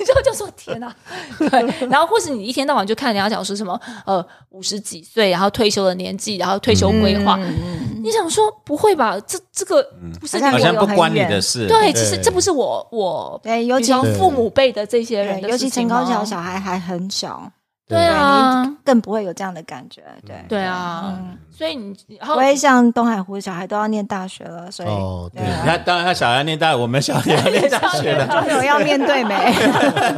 你就就说天哪，对。然后或是你一天到晚就看人家讲说什么呃五十几岁，然后退休的年纪，然后退休规划，嗯你想说不会吧？这这个不是好好我像像不不关关你你的的事。对，其实对这不是我我对尤比其较父母辈的这些人对的尤事其情成吗高小小孩还很小，对啊，更不会有这样的感觉。对对，啊，所以你然后我也像东海湖的小孩都要念大学了，所以哦对啊他当然他小孩念大，我们小孩也念大学了。没有要面对没？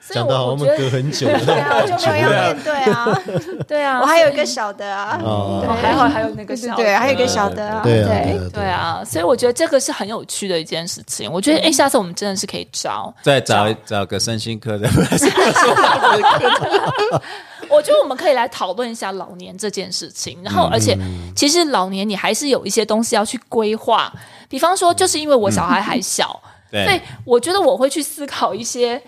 所以讲到我我我们觉隔得很久对啊，我就没有要面对啊。 对啊，我还有一所以个小的啊，哦哦还 好还有那个对对小对，的还有一个小的啊，对啊对啊，对啊，所以我觉得这个是很有趣的一件事情。我觉嗯得哎，下次我们真的是可以招。再找找个身心科的，啊我觉得我们可以来讨论一下老年这件事情。然后，而且其实老年你还是有一些东西要去规划，比方说，就是因为我小孩还小，对所以我觉得我会去思考一些。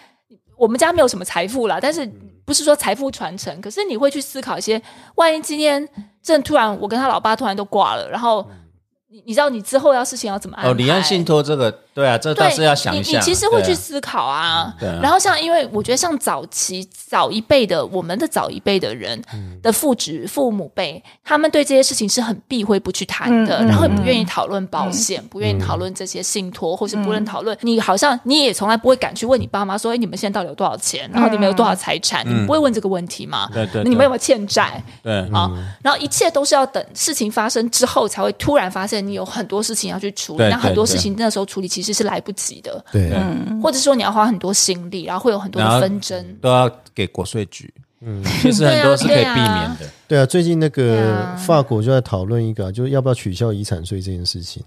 我们家没有什么财富啦，但是嗯不是说财富传承，可是你会去思考一些，万一今天真的突然我跟他老爸突然都挂了，然后你你知道你之后要事情要怎么安嗯排？哦，离岸信托这个对啊，这倒对，是要想一你下。你其实会对去啊思考啊。对啊然后像，因为我觉得像早期早一辈的我们的早一辈的人嗯的父职父母辈，他们对这些事情是很避讳不去谈的，嗯嗯嗯然后也不愿意讨论保险，不愿意嗯讨论这些信托，或是不愿意讨论。你好像你也从来不会敢去问你爸妈说，哎，你们现在到底有多少钱？然后你们有多少财产？你们不会问这个问题吗？嗯对对对你们有没有欠债？对啊、然后一切都是要等事情发生之后，才会突然发现你有很多事情要去处理，对那很对多对嗯事情那时候处理其实是来不及的，啊对，或者说你要花很多心力，然后会有很多然的后纷争。都要给国税局。嗯，其实很多是可以避免的。对啊，最近那对个啊法国就在讨论一个、啊，就是要不要取消遗产税这件事情、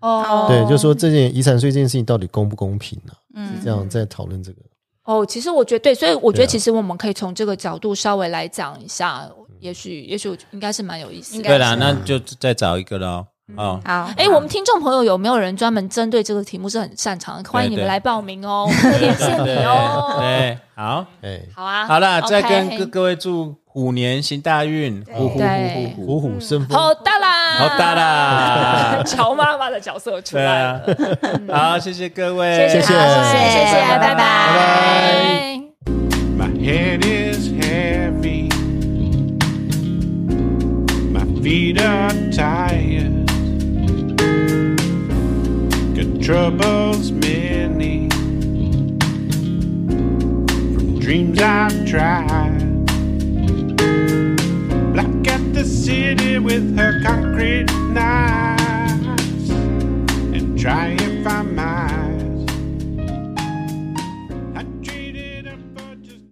啊、哦对，就说这件遗产税这件事情到底公不公平呢、啊？嗯是这样在讨论这个。哦，其实我觉得对，所以我觉对得啊其实我们可以从这个角度稍微来讲一下，也许也许我应该是蛮有意思应的该。对啦，那就再找一个喽。哦，好，哎，我们听众朋友有没有人专门针对这个题目是很擅长的？欢迎你们对来报名哦，我们会连线你哦。对，好，哎，好啊，好了，再 OK 跟各各位祝虎年行大运，虎虎对虎虎虎虎生风。好大啦，好大啦 乔妈妈的角色出对来了啊。，好，谢谢各位，谢谢，谢好谢谢，谢谢拜拜拜。拜拜 My head is heavy. My feet are tired. Got troubles many from dreams I've tried.